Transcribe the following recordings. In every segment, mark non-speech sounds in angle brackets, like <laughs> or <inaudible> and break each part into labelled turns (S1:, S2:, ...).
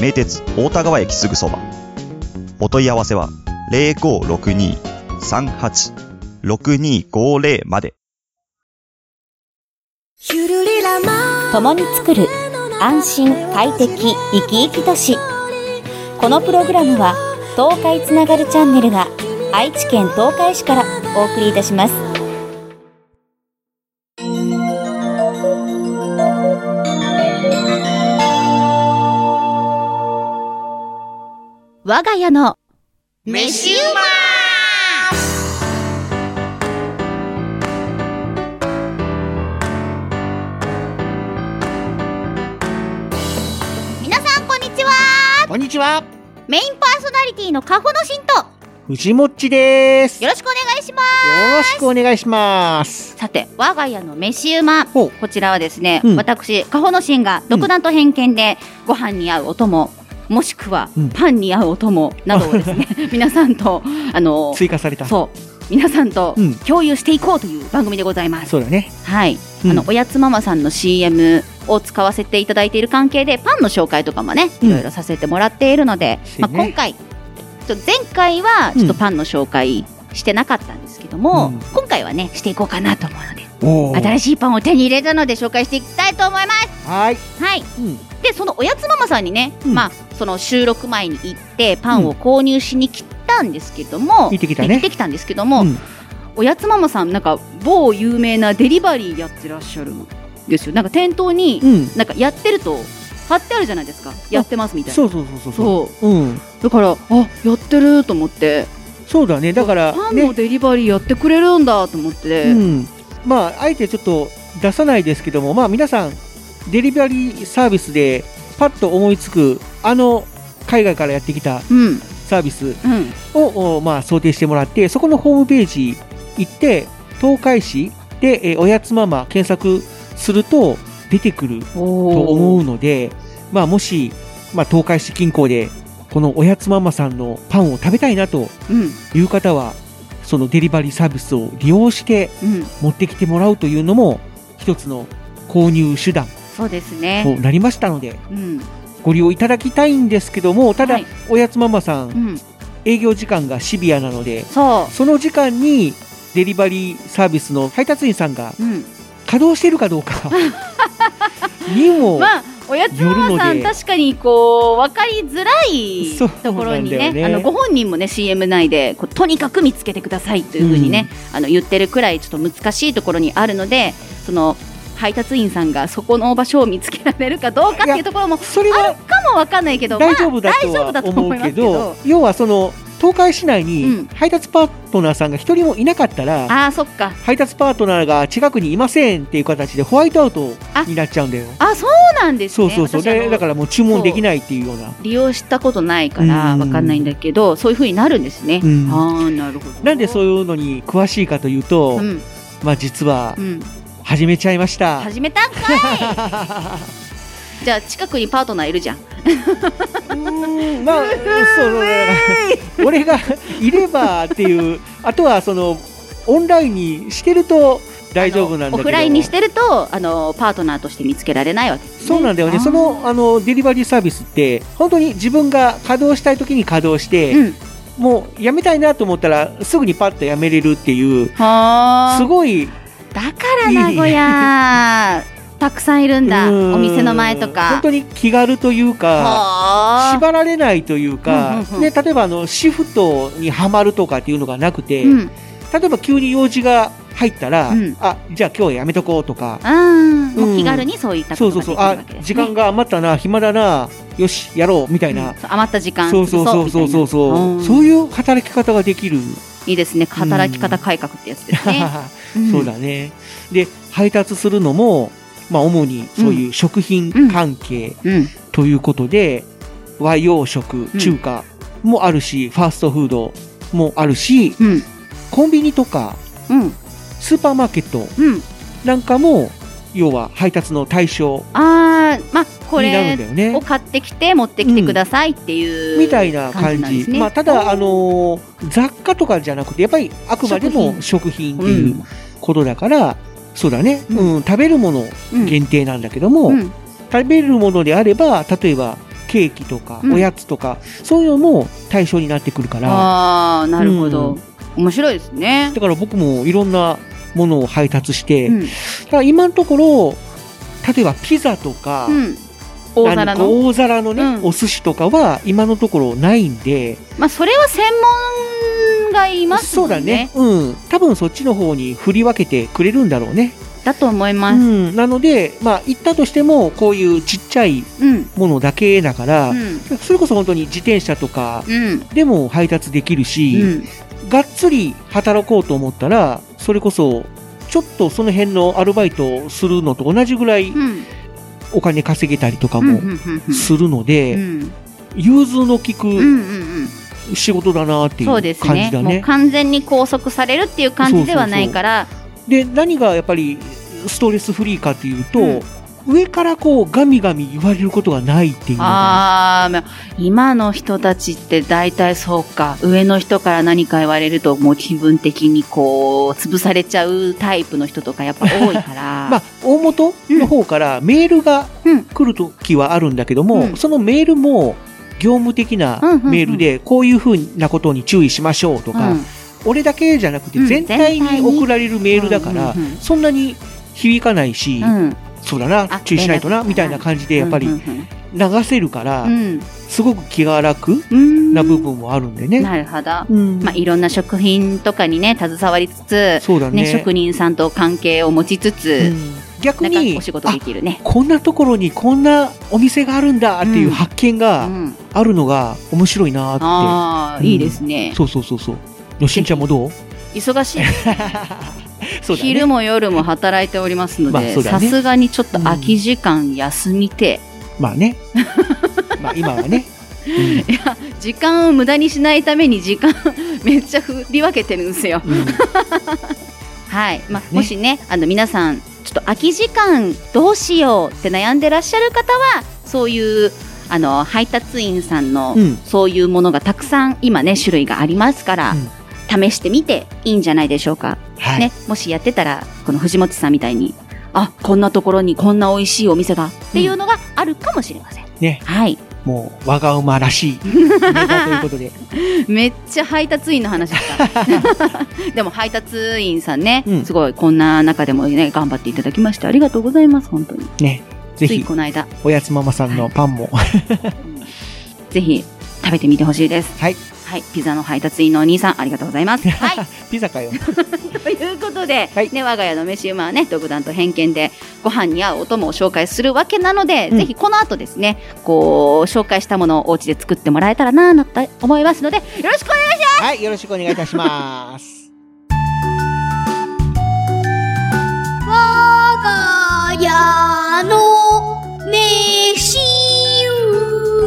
S1: 名鉄大田川駅すぐそばお問い合わせは0562-38-6250まで
S2: 共に作る安心快適生き生き都市このプログラムは東海つながるチャンネルが愛知県東海市からお送りいたします我が家の
S3: 飯うま
S2: 皆さんこんにちは
S3: こんにちは
S2: メインパーソナリティのカホのしんと
S3: 藤もっちです
S2: よ
S3: よ
S2: ろしくお願いします
S3: ろしくお願いします
S2: さて我が家の飯うま
S3: ほう
S2: こちらはですね、
S3: うん
S2: 私カホのシンが独断と偏見でご飯に合うお供もしくは
S3: うん
S2: パンに合うお供などをです
S3: <laughs>
S2: ね、皆さんとあの
S3: 追加されたそ
S2: そう皆さんと
S3: うん
S2: 共有していこうという番組でございます。
S3: うだね
S2: はい、
S3: うん
S2: あのおやつママさんの CM を使わせていただいている関係でパンの紹介とかもね
S3: うん
S2: いろいろさせてもらっているので、
S3: そう
S2: ま
S3: ね
S2: あ今回ちょっと前回はちょっと
S3: うん
S2: パンの紹介してなかったんですけども、
S3: うん
S2: 今回はねしていこうかなと思うので
S3: おー
S2: 新しいパンを手に入れたので紹介していきたいと思います。
S3: はい
S2: はい、
S3: うん
S2: でそのおやつママさんにね、
S3: うん
S2: まあ、その収録前に行ってパンを購入しに来たんですけども、
S3: 行ってきたね
S2: 行ってきたんですけども、
S3: うん
S2: おやつママさんなんか某有名なデリバリーやってらっしゃるんですよなんか店頭に、
S3: うん
S2: なんかやってると貼ってあるじゃないですかやってますみたいな
S3: そうそうそうそう
S2: そう
S3: うん
S2: だからあやってると思って
S3: そうだねだから
S2: パンの
S3: ね
S2: デリバリーやってくれるんだと思って、
S3: うんまああえてちょっと出さないですけどもまあ皆さんデリバリーサービスでパッと思いつくあの海外からやってきた
S2: うん
S3: サービス
S2: うん
S3: を、おまあ、想定してもらって、そこのホームページ行って、東海市で、えーおやつママ検索すると出てくると思
S2: お
S3: うので、まあ、もし、まあ、東海市近郊で、このおやつママさんのパンを食べたいなと
S2: うんうん
S3: いう方は、そのデリバリーサービスを利用して持ってきてもらうというのも、一つの購入手段
S2: そうですね
S3: となりましたので、
S2: うん
S3: ご利用いただきたいんですけども、ただ、
S2: はい
S3: おやつママさ、
S2: うんん
S3: 営業時間がシビアなので、
S2: そ
S3: その時間にデリバリーサービスの配達員さんが
S2: ううん
S3: 稼働しているかど
S2: <laughs>
S3: うかにも、
S2: まあおやつママさ
S3: 夜
S2: ん
S3: ので
S2: 確かにこう分かりづらい
S3: そう
S2: ところにね
S3: なんだよ
S2: あ
S3: ね
S2: のご本人もね CM 内でこうとにかく見つけてくださいというふうにね、あの言ってるくらいちょっと難しいところにあるのでその配達員さんがそこの場所を見つけられるかどうかっていうところも
S3: それは
S2: かも分かんないけど
S3: 大丈夫だと
S2: まあ大丈夫
S3: は
S2: だと
S3: 思
S2: 思
S3: う
S2: います
S3: け
S2: け
S3: ど、
S2: ど
S3: 要はその東海市内
S2: う
S3: に
S2: ん
S3: 配達パートナーさんが一人もいなかったら、
S2: ああそっか
S3: 配達パートナーが近くにいませんっていう形でホワイトアウトになっちゃうんだよ。
S2: あそうなんです
S3: そう
S2: ね
S3: そうそう、
S2: 私あの
S3: でだからもう注文できないっていうような。
S2: 利用したことないから
S3: うん
S2: 分かんないんだけど、そういうふうになるんですね、
S3: うん
S2: ああなるほど
S3: なんでそう
S2: う
S3: いうのに詳しいかというと、
S2: ん
S3: まあ実は
S2: うん、
S3: 始めちゃいました。
S2: 始めたんかじゃあ近くにパートナーいるじゃん。
S3: うーんまあ、その俺がいればっていう、あとはそのオンラインにしてると大丈夫なんだけど、
S2: オフラインにしてるとあのパートナーとして見つけられないわけです、ね。
S3: そうなんだよね、
S2: あー
S3: そのあのデリバリーサービスって、本当に自分が稼働したい時に稼働して、
S2: うん。
S3: もうやめたいなと思ったら、すぐにパッとやめれるっていう、
S2: はあ。
S3: すごい、
S2: だから名古屋たくさんいるんだ。
S3: うーん
S2: お店の前と
S3: 本
S2: か。
S3: 当に気軽というか。
S2: はあ。
S3: 縛られないというか、
S2: うんうんうん
S3: ね、例えばあのシフトにはまるとかっていうのがなくて、
S2: うん。
S3: 例えば急に用事が入ったら、
S2: うん
S3: あじゃあ今日はやめとこうとか、
S2: あーもう気軽にそういった
S3: そ
S2: こ
S3: うそ
S2: と
S3: う
S2: ができるわけ
S3: そう、あ
S2: です、ね。
S3: 時間が余ったな、暇だな、よし、やろうみたいな
S2: うん、そう余った時間
S3: そうそうそうそうそうそう、そう
S2: う
S3: いう働き方ができる、
S2: いいですね働き方改革ってやつですね、ん
S3: <laughs> そうだね。で、配達するのも、まあ、主にそういう食品関係
S2: うん
S3: ということで、和洋食、
S2: うん
S3: 中華もあるし、ファーストフードもあるし、
S2: うん
S3: コンビニとか
S2: うん
S3: スーパーマーケット
S2: うん
S3: なんかも、要は配達の対象
S2: あーまあこ
S3: になるん
S2: れ
S3: だよね
S2: を。買ってきて持ってきてくださいっていう、
S3: みたいな
S2: 感
S3: 感じ。
S2: じなんですね
S3: まあ、ただ、あのー雑貨とかじゃなくて、やっぱりあくまでも食品って
S2: う
S3: いうんことだから、そうだね、
S2: うん
S3: うん、食べるもの
S2: うん
S3: 限定なんだけども、
S2: うん
S3: 食べるものであれば、例えばケーキとか
S2: うん
S3: おやつとか、そういうのも対象になってくるから、
S2: ああなるほど、
S3: うん
S2: 面白いですね
S3: だから僕もいろんなものを配達して、
S2: うん
S3: ただ今のところ、例えばピザとか、
S2: うん大皿
S3: あの
S2: の
S3: 大皿のね、
S2: うん
S3: お寿司とかは今のところないんで、
S2: まあそれは専門がいます
S3: そ
S2: も
S3: うんだね
S2: ね。
S3: うん。多分そっちの方に振り分けてくれるんだろうね。
S2: だと思いうます
S3: ん。なので、まあ、行ったとしても、こういうちっちゃい
S2: うん
S3: ものだけだから、
S2: うん
S3: それこそ本当に自転車とか
S2: うん
S3: でも配達できるし、
S2: うん
S3: がっつり働こうと思ったら、それこそ、ちょっとその辺のアルバイトをするのと同じぐらい
S2: うん
S3: お金稼げたりとか
S2: うんうん
S3: もするの
S2: うんう
S3: で、
S2: ん
S3: 融通の利
S2: うんう
S3: く
S2: んうん
S3: 仕事だなっていう
S2: そう
S3: 感
S2: で
S3: じ
S2: すね
S3: だ
S2: もう
S3: ね。
S2: 完全に拘束されるっていう感じではないから
S3: で何がやっぱりストレスフリーかというと、
S2: うん
S3: 上からこうガミガミ言われることがないっていうのが
S2: ああまあ今の人たちって大体そうか上の人から何か言われるともう気分的にこう潰されちゃうタイプの人とかやっぱ多いから
S3: <laughs> まあ、大元の方からメールが
S2: うん
S3: 来るときはあるんだけども、
S2: うん
S3: そのメールも業務的な
S2: うんうんうん
S3: メールでこういうふうなことに注意しましょうとか、
S2: うん
S3: 俺だけじゃなくて
S2: うん
S3: 全体に送られるメールだから、
S2: うんうんうん
S3: そんなに響かないし、
S2: うん
S3: そうだな
S2: あ
S3: 注意しないとな
S2: 連絡
S3: みたいな感じでやっぱ
S2: うんう
S3: り
S2: んうん
S3: 流せるから、
S2: うん
S3: すごく気が楽
S2: うん
S3: な部分もあるんでね。
S2: なるほど、
S3: うん
S2: まあ、いろんな食品とかにね携わりつつ、
S3: そうだね
S2: ね職人さんと関係を持ちつ
S3: う
S2: つ、
S3: ん逆
S2: なん
S3: に
S2: かお仕事できるね
S3: あ。こんなところにこんなお店があるんだっていう
S2: うん
S3: 発見
S2: う
S3: が
S2: ん、
S3: あるのが面白いなーっ
S2: ああ、
S3: うん
S2: いいですね
S3: て、。そうそうそうそうよしんちゃんも
S2: <laughs>
S3: どう
S2: 忙しい、
S3: そうだね
S2: 昼も夜も働いておりますの
S3: まあ
S2: で
S3: そうだ
S2: さ
S3: ね
S2: すがにちょっと空き時間休みて、
S3: まあね <laughs> まあ今はね、
S2: 時間を無駄にしないために時間 <laughs> めっちゃ振り分けてるんですよ。
S3: うんうん
S2: はい、まあ、
S3: ね
S2: もしねあの皆さんちょっと空き時間どうしようって悩んでらっしゃる方はそういうあの配達員さんの
S3: うん
S2: そういうものがたくさん今ね種類がありますから、
S3: うん
S2: 試してみていいんじゃないでしょうか、
S3: はい、
S2: ね、もしやってたらこの藤本さんみたいにあこんなところにこんな美味しいお店がっていうのがあるかもしれません、
S3: ね
S2: はい
S3: もう我が馬らしいネタとい
S2: <laughs>
S3: うことで、
S2: めっちゃ配達員の話でした。
S3: <laughs>
S2: でも配達員さんね、
S3: うん
S2: すごいこんな中でもね、頑張っていただきましてありがとうございます、本当に。
S3: ね、ぜ
S2: つい
S3: ひ
S2: この間、
S3: おやつママさんのパンも <laughs>
S2: ぜひ食べてみてほしいです。
S3: はい。
S2: はい、ピザの配達員のお兄さん、ありがとうござい
S3: <laughs>
S2: ます。はい、
S3: ピザかよ
S2: ということで、
S3: はい
S2: ね、我が家の飯馬はね、独断と偏見で、ご飯に合うお供を紹介するわけなので、
S3: うん
S2: ぜひこの後ですね、こう、紹介したものをお家で作ってもらえたらなぁなと思いますので、よろしくお願いします
S3: はいよろしくお願いいたします
S4: 我が家の飯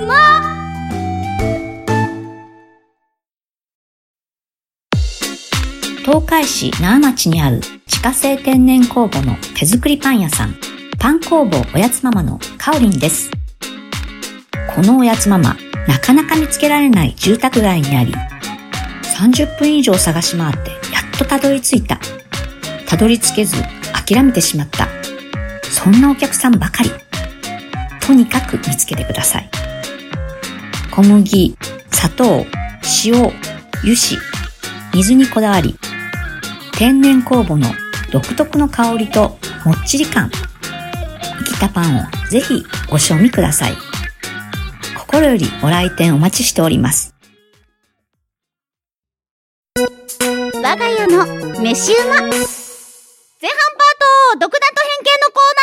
S4: 馬
S5: 東海市奈良町にある自家製天然酵母の手作りパン屋さん、パン工房おやつママのカオリンです。このおやつママ、なかなか見つけられない住宅街にあり、30分以上探し回ってやっとたどり着いた。たどり着けず諦めてしまった。そんなお客さんばかり。とにかく見つけてください。小麦、砂糖、塩、油脂、水にこだわり、天然酵母の独特の香りともっちり感。生きたパンをぜひご賞味ください。心よりご来店お待ちしております。
S4: 我が家の飯馬
S2: 前半パート、独断と偏見のコー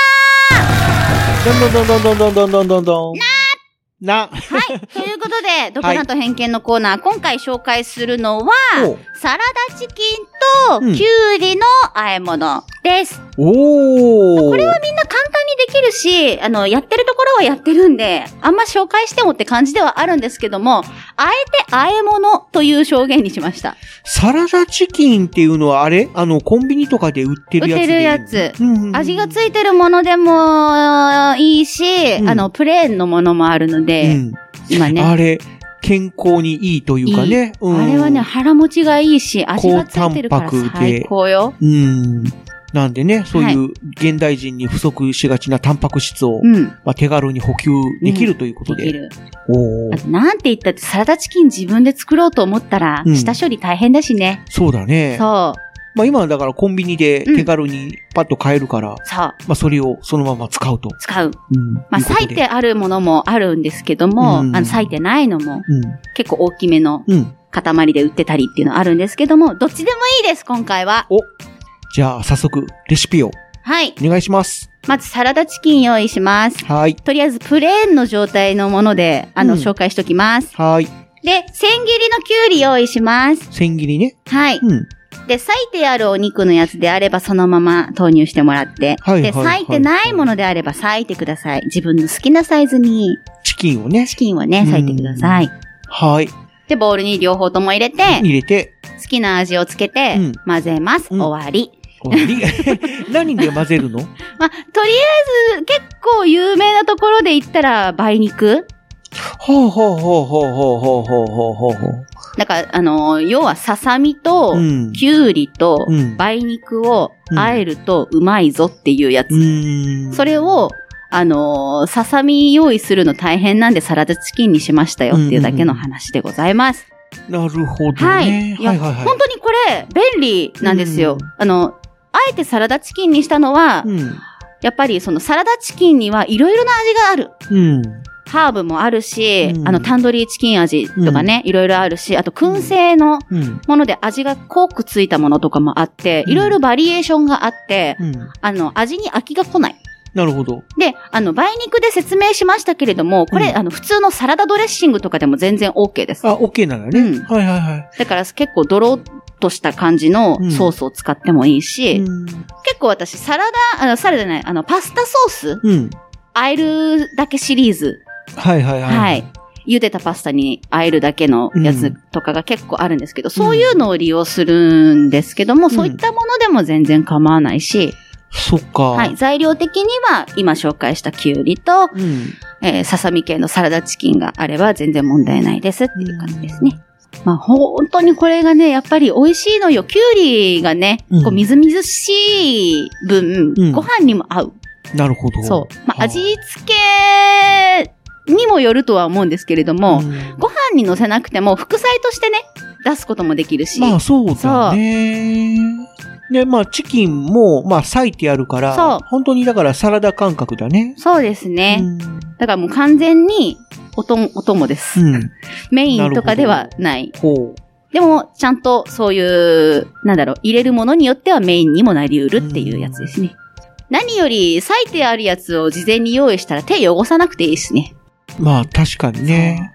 S2: ナー
S3: どんどんどんどんどんどんどんどんなな
S2: はい。ということで、独断と偏見のコーナー、今回紹介するのは、
S3: おう
S2: 最サラダチキンと、
S3: うん
S2: きゅうりの和え物です。
S3: おお。これは
S2: みんな簡単にできるし、あの、やってるところはやってるんで、あんま紹介してもって感じではあるんですけども、あえて和え物という表現にしました。
S3: サラダチキンっていうのはあれあの、コンビニとかで売って
S2: 売っ
S3: るやつ
S2: て
S3: で
S2: るや。つ。
S3: うんうん
S2: 味がついてるものでもいいし、
S3: うん
S2: あの、プレーンのものもあるの
S3: う
S2: で、
S3: ん。
S2: 今ね。
S3: あれ、健康にいいというかね。うん
S2: あれはね、腹持ちがいいし、味がついてるから
S3: 高タンパクで
S2: 最高よ。
S3: うん。なんでね、そういう現代人に不足しがちなタンパク質を、
S2: うん。
S3: まあ、手軽に補給できるということ
S2: で
S3: で。
S2: きる。
S3: おお
S2: あ。と、なんて言ったってサラダチキン自分で作ろうと思ったら、
S3: うん
S2: 下処理大変だしね。
S3: そうだね。
S2: そ
S3: まあ今はだからコンビニで手軽にパッと買えるから、
S2: う、そう、
S3: まあそれをそのまま使うと。
S2: 使う。
S3: うん。
S2: まあ、
S3: いうこと
S2: 裂い
S3: で
S2: てあるものもあるんですけども、
S3: うん
S2: あの、裂いてないのも、結構大きめの
S3: うん。うん。
S2: 塊で売ってたりっていうのあるんですけども、どっちでもいいです、今回は。
S3: じゃあ早速、レシピを
S2: はい。
S3: お願いします。
S2: まず、サラダチキン用意します。
S3: はい。
S2: とりあえず、プレーンの状態のもので、あの、
S3: うん
S2: 紹介しときます。
S3: はい。
S2: で、千切りのきゅうり用意します。
S3: 千切りね。
S2: はい。
S3: うん。
S2: で、裂いてあるお肉のやつであればそのまま投入してもらって。
S3: はい
S2: で、
S3: はいはい
S2: 裂いてないものであれば裂いてください。自分の好きなサイズに
S3: チキンをね
S2: チ。キンをね、裂いてください。
S3: はい。
S2: で、ボウルに両方とも入れて、
S3: 入れて、
S2: 好きな味をつけて
S3: うん、
S2: 混ぜます。
S3: うん
S2: 終わり。
S3: 終わ
S2: <laughs>
S3: り何で混ぜるの
S2: まあ、とりあえず、結構有名なところで言ったら、梅肉
S3: ほうほうほうほうほうほうほうほうほうほう。
S2: だから、あのー要は、ささみと
S3: う、ん。
S2: きゅうりと
S3: う、ん
S2: 梅肉を、和えるとうまいぞっていうやつ。
S3: うん。
S2: それを、あのーささみ用意するの大変なんでサラダチキンにしましたよっていうだけの話でございます。
S3: なるほどね。
S2: は
S3: はいい
S2: いや
S3: はいはい。
S2: 本当にこれ、便利なんですよ。
S3: うん
S2: あの、あえてサラダチキンにしたのは、
S3: うん。
S2: やっぱりそのサラダチキンにはいろいろな味がある。
S3: うん。
S2: ハーブもあるし、
S3: うん
S2: あの、タンドリーチキン味とかね、いろいろあるし、あと、燻製の
S3: うん。
S2: もので味が濃くついたものとかもあって、
S3: うん
S2: いろいろバリエーションがあって、
S3: うん。
S2: あの、味に飽きが来ない。
S3: なるほど。
S2: で、あの、梅肉で説明しましたけれども、これ、
S3: うん
S2: あの、普通のサラダドレッシングとかでも全然 OK です。
S3: あ、OK ならね。
S2: うん
S3: はいはいはい。
S2: だから結構ドロッとした感じの
S3: うん
S2: ソースを使ってもいいし、
S3: うん
S2: 結構私、サラダ、あの、サラダじゃない、あの、パスタソース、
S3: うん。
S2: 和えるだけシリーズ。
S3: はいはいはい。
S2: はい。茹でたパスタに和えるだけのやつとかが結構あるんですけど、そういうのを利用するんですけども、そういったものでも全然構わないし、
S3: そっか。
S2: はい。。材料的には、今紹介したきゅうりと、
S3: うん。
S2: えーささみ系のサラダチキンがあれば全然問題ないですっていう感じですね。まあ本当にこれがね、やっぱり美味しいのよ。きゅうりがね、
S3: うん
S2: こうみずみずしい分、
S3: うん
S2: ご飯にも合う。
S3: なるほど。
S2: そう。まあ
S3: は
S2: 味付けにもよるとは思うんですけれども、
S3: うん
S2: ご飯に乗せなくても副菜としてね、出すこともできるし。
S3: まあそうだね。で、まあチキンも、まあ裂いてあるから、
S2: そう
S3: 本当にだからサラダ感覚だね。
S2: そうですね。
S3: うん
S2: だからもう完全に、おとん、お供です。
S3: うん。
S2: メインとかではない。
S3: ほ
S2: でも、ちゃんとそういう、なんだろう、入れるものによってはメインにもなりうるっていうやつですね。何より、裂いてあるやつを事前に用意したら手汚さなくていいしね。
S3: う。まあ確かにね。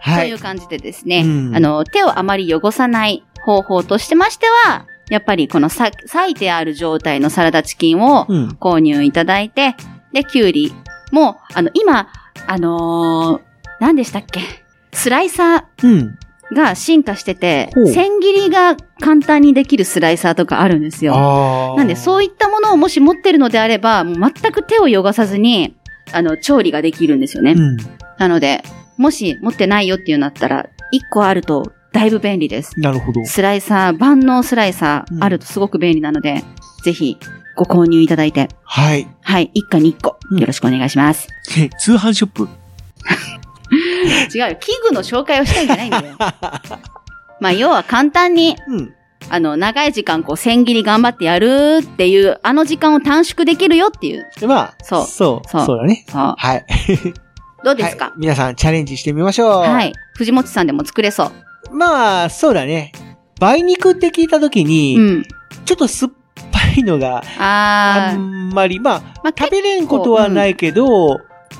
S3: は
S2: とい
S3: い。
S2: う感じでですね、
S3: うん
S2: あの、手をあまり汚さない方法としてましては、やっぱりこのさ裂いてある状態のサラダチキンを
S3: うん。
S2: 購入いただいて、で、きゅうりも、あの、今、あのー何でしたっけスライサー、
S3: うん。
S2: が進化してて
S3: ほう、
S2: 千切りが簡単にできるスライサーとかあるんですよ。
S3: ああ。
S2: なんで、そう
S3: い
S2: いったものをもし持ってるのであれば、もう全く手を汚さずに、あの、調理ができるんですよね。
S3: うん。
S2: なので、もし持ってないよっていうなったら、1個あるとだいぶ便利です。
S3: なるほど。
S2: スライサー、万能スライサ
S3: う
S2: ー
S3: ん
S2: あるとすごく便利なので、ぜひご購入いただいて、
S3: はい。 <laughs>
S2: はい、一家に一個、
S3: うん
S2: よろしくお願いします。
S3: 通販ショップ。
S2: 違うよ、器具の紹介をしたいんじゃないんだ <laughs> よ。まあ、要は簡単に
S3: うん。
S2: あの、長い時間、こう、千切り頑張ってやるっていう、あの時間を短縮できるよっていう。
S3: まあ、
S2: そう
S3: そう。
S2: そう
S3: そうだね。
S2: そう。
S3: はい。
S2: どうですか、
S3: はい皆さんチャレンジしてみましょう。
S2: はい、藤本さんでも作れそう。
S3: まあ、そうだね。梅肉って聞いたときに、
S2: うん。
S3: ちょっと酸っぱいのが
S2: あ
S3: あ
S2: ー。
S3: んまり、まあ、
S2: まあ、
S3: 食べれんことはないけど、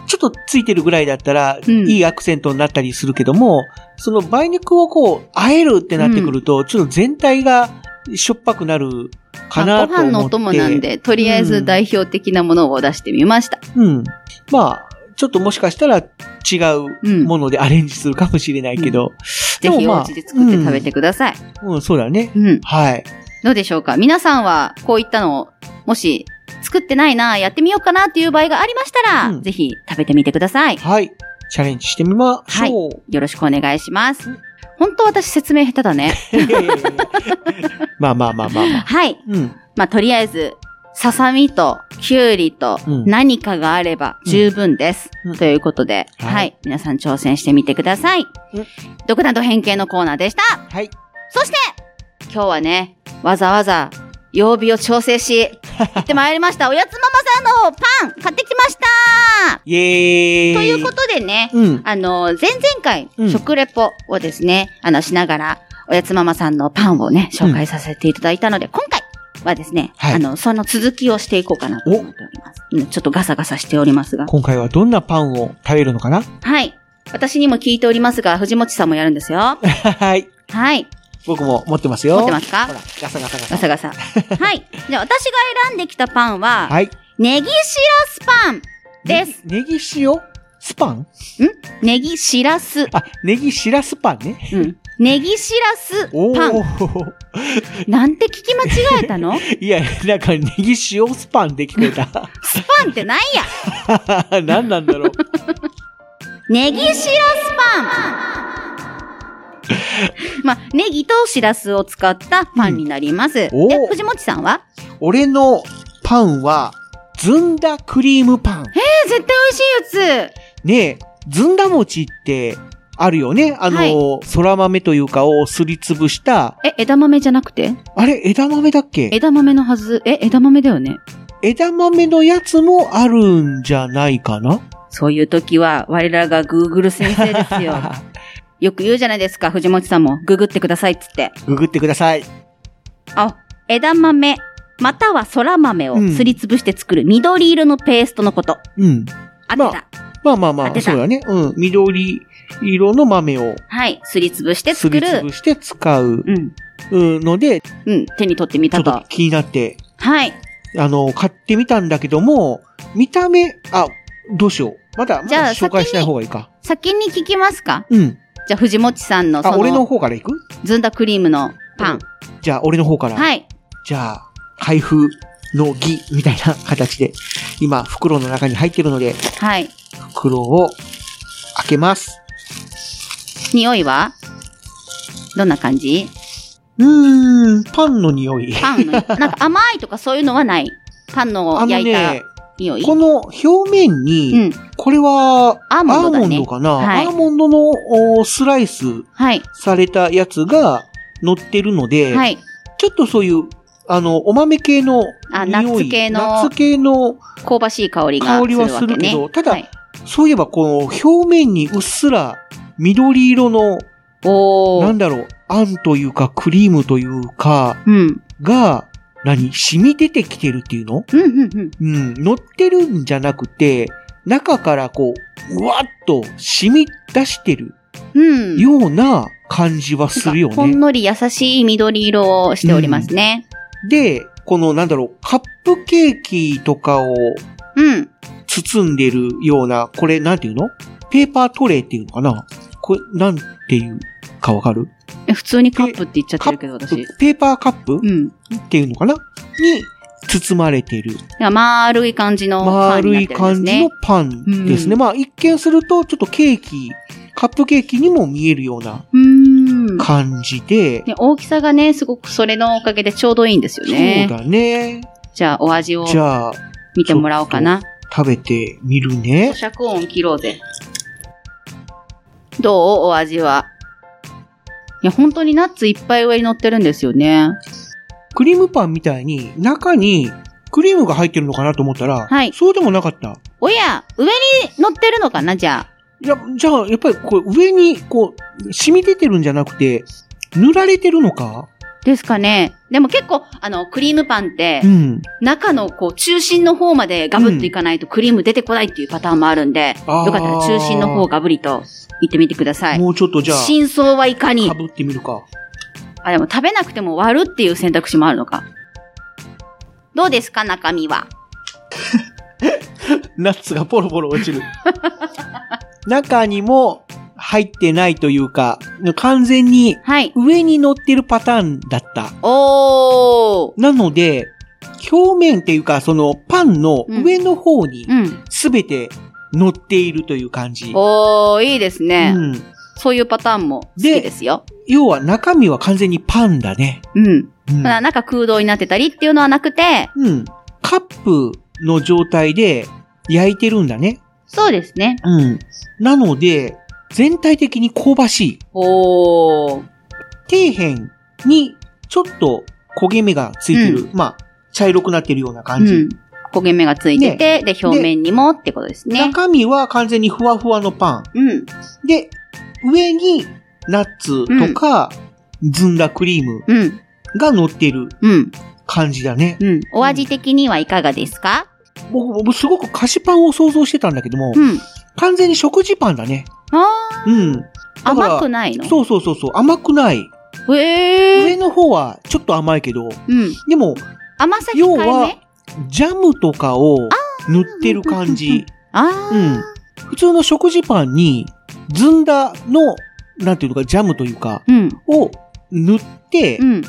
S3: ちちょっとついてるぐらいだったら、
S2: うん
S3: いいアクセントになったりするけども、その梅肉をこう、あえるってなってくると、ちょっと全体がしょっぱくなるか
S2: まあご
S3: なと思って。
S2: 飯のお供なん。で、とりあえず代表的なものを出してみました。
S3: うん。まあ、ちょっともしかしたら違
S2: う。
S3: うんものでアレンジするかもしれないけど。
S2: ぜ
S3: で
S2: ひ
S3: もま
S2: お
S3: あ
S2: 家で作って食べてください。
S3: うん、そうだね。
S2: うん。
S3: はい。
S2: どうでしょうか皆さんは、こういったのを、もし、作ってないな、やってみようかなっていう場合がありましたら、
S3: うん
S2: ぜひ食べてみてください。
S3: はい。チャレンジしてみましょう。
S2: よろしくお願いします。本当私説明下手だ
S3: <laughs>
S2: ね。
S3: いやいやいや <laughs> まあまあまあまあまあ。
S2: はい。
S3: うん。
S2: まあ、とりあえず、ささみと、きゅうりと
S3: う、ん
S2: 何かがあれば十分です。
S3: うん
S2: ということで、
S3: はい
S2: はい。皆さん挑戦してみてください
S3: うん。
S2: 独断と偏見のコーナーでした。
S3: はい。
S2: そして、今日はね、わざわざ、曜日を調整
S3: <laughs>
S2: し、行ってまいりました。おやつママさんのパン、買ってきました
S3: イエーイ。
S2: ということでね、
S3: うん。
S2: あの、前々回、
S3: うん
S2: 食レポをですね、あの、しながら、おやつママさんのパンをね、紹介させていただいたので、今回はですね、
S3: はい
S2: あの、その続きをしていこうかなと思っております。うんちょっとガサガサしておりますが。
S3: 今回はどんなパンを食べるのかな <laughs>
S2: はい。私にも聞いておりますが、藤本さんもやるんです
S3: <laughs>
S2: よ。
S3: はい。
S2: はい。
S3: 僕も持ってますよ。
S2: 持ってますか
S3: ほら、ガサガサガサ。
S2: ガサ
S3: <laughs>
S2: ガサ。はい。じゃあ、私が選んできたパンは、
S3: はい。
S2: ネギシラスパンです。
S3: ネギ塩スパン
S2: ネギシラス。
S3: あ、ネギしらすパンね。
S2: うん。ネギシラス
S3: お
S2: パン。
S3: ー。 <laughs>
S2: なんて聞き間違えたの
S3: いや、なんかネギ塩スパンできてた。 <laughs>
S2: スパンってなんや
S3: 何な
S2: <laughs>
S3: んだろう。
S2: ネギシラスパン
S3: <laughs>
S2: まあ、ネギとシラスを使ったパンになります。
S3: うんおー
S2: で、藤本さんは
S3: 俺のパンは、ずんだクリームパ
S2: え、
S3: ン。
S2: 絶対美味しいや
S3: ねえ、ずんだ餅って、あるよねあの、
S2: はい
S3: 空豆というかをすりつぶした、
S2: つ。え、枝豆じゃなくて
S3: あれ、枝豆だっけ
S2: 枝豆のはず。え、枝豆だよね。
S3: 枝豆のやつもあるんじゃないかな
S2: そういう時は、我らが Google 先生です <laughs> よ。よく言うじゃないですか、藤本さんも。ググってくださいっつって。
S3: ググってください。
S2: あ、枝豆、または空豆をすりつぶして作る緑色のペーストのこと。
S3: うん。
S2: あ
S3: ま
S2: っ
S3: あ
S2: てた。
S3: まあまあま
S2: 当
S3: あ、
S2: てた
S3: そうだね。うん。緑色の豆を
S2: はい。すりつぶして
S3: す
S2: 作
S3: り
S2: る
S3: つ。ぶして使
S2: う
S3: う
S2: ん。
S3: うんので、ち
S2: うん。手に取ってみ
S3: ょ
S2: た
S3: っと
S2: と。
S3: 気になって、
S2: はい。
S3: あの、買ってみたんだけども、見た目、あ、どうしよう。まだ、ま
S2: じゃあ
S3: だ紹介しない方がいいか。
S2: 先に聞きますか
S3: うん。
S2: じゃあ、藤持さんのそ
S3: あ、
S2: の、
S3: 俺の方からいく
S2: ずんだクリームのパン。
S3: じゃあ、俺の方から。
S2: はい。
S3: じゃあ、開封の儀みたいな形で、今、袋の中に入ってるので、
S2: はい。
S3: 袋を開けます。
S2: 匂いはどんな感じ
S3: うーん、パンの匂い。
S2: パ
S3: <laughs>
S2: ンの、なんか甘いとかそういうのはない。パン
S3: あ
S2: の
S3: の
S2: 焼いた
S3: ね、
S2: 匂い。
S3: この表面
S2: う
S3: に、
S2: ん。
S3: これは、
S2: アーモンドだね
S3: アーモンドかな、
S2: はい
S3: アーモンドのおスライス
S2: はい。
S3: されたやつが乗ってるので、
S2: はい。
S3: ちょっとそういう、あの、お豆系の
S2: あ
S3: 匂
S2: ナ
S3: い、
S2: ッツ系の
S3: ナッツ系の、
S2: 香ばしい香りがするわけね。
S3: 香りはするけどただ
S2: はい、
S3: そういえばこの表面にうっすら緑色の
S2: お
S3: な
S2: ー。
S3: んだろう、あんというか、クリームというか、
S2: うん。
S3: が、何染み出てきてるっていうの
S2: うん、うん、うん。
S3: うん、乗ってるんじゃなくて、中からこう、うわっと染み出してる
S2: うん。
S3: ような感じはするよ
S2: ほん
S3: ね。
S2: のり優しい緑色をしておりますね。
S3: で、このなんだろう、カップケーキとかを
S2: うん。
S3: 包んでるような、これなんていうのペーパートレイっていうのかなこれ、なんていうかわかる
S2: え普通にカップって言っちゃってるけど、
S3: カッ
S2: 私。
S3: プペーパーカップ
S2: うん。だか
S3: っていうのかなに包まれてる。
S2: ら丸い感じのパンに
S3: 丸
S2: なっ
S3: い
S2: てるんです
S3: 感じ
S2: ね
S3: の。パンですね。
S2: うん
S3: まあ一見するとちょっとケーキ、カップケーキにも見えるような
S2: うーん。
S3: 感じで、
S2: ね大きさがね、すごくそれのおかげでちょうどいいんですよね。
S3: そうだね。
S2: じゃあ、お味を
S3: じゃあ
S2: 見てもらおうかな。
S3: 食べてみるね。
S2: 咀嚼音切ろうぜ。どうお味は。いや、本当にナッツいっぱい上に乗ってるんですよね。
S3: クリームパンみたいに中にクリームが入ってるのかなと思ったら、
S2: はい
S3: そうでもなかった。
S2: おや、上に乗ってるのかなじゃあ。
S3: いや、じゃあやっぱりこう上にこう染み出てるんじゃなくて、塗られてるのか
S2: ですかね。でも結構、あの、クリームパンって
S3: う、ん。
S2: 中のこう、中心の方までガブッといかないとクリーム出てこないっていうパターンもあるんで、
S3: あー
S2: よかったら中心の方をガブリと行ってみてください。
S3: もうちょっとじゃあ、
S2: 真相はいかに
S3: かぶってみるか。
S2: あ、でも食べなくても割るっていう選択肢もあるのか。どうですか、中身は。
S3: ナッツがポロポロ落ちる。 <laughs> 中にも入ってないというか、完全に
S2: はい。
S3: 上に乗ってるパターンだった。
S2: おー。
S3: なので、表面っていうか、そのパンの上の方に
S2: うん。
S3: すべて乗っているという感じ。
S2: おー、いいですね。
S3: うん、
S2: そういうパターンも好きですよ。
S3: 要は中身は完全にパンだね。
S2: うん。
S3: うん
S2: まあ中空洞になってたりっていうのはなくて、
S3: うん。カップの状態で焼いてるんだね。
S2: そうですね。
S3: うん。なので、全体的に香ばしい。
S2: おー。
S3: 底辺にちょっと焦げ目がついてる。まあ、茶色くなってるような
S2: う
S3: 感じ。
S2: ん。焦げ目がついてて、で、表面にもってことですね。
S3: 中身は完全にふわふわのパン。
S2: うん。
S3: で、上にナッツとか、ずんだクリーム
S2: うん。
S3: が乗ってる
S2: うん。
S3: 感じだね。
S2: うん。お味的にはいかがですか
S3: 僕、僕すごく菓子パンを想像してたんだけども、
S2: うん。
S3: 完全に食事パンだね。
S2: あ
S3: うん。
S2: ー、
S3: だから
S2: 甘くないの
S3: そうそうそうそう、甘くない。
S2: う。えー。
S3: 上の方はちょっと甘いけ
S2: う
S3: ど、
S2: ん。
S3: でも、
S2: 甘さ
S3: 要
S2: 控え
S3: は
S2: め、
S3: ジャムとかを塗ってる感じ。
S2: あ
S3: う
S2: ー。
S3: ん。普通の食事パンに、ずんだの、なんていうのか、ジャムというか、
S2: うん。
S3: を塗って
S2: う、ん。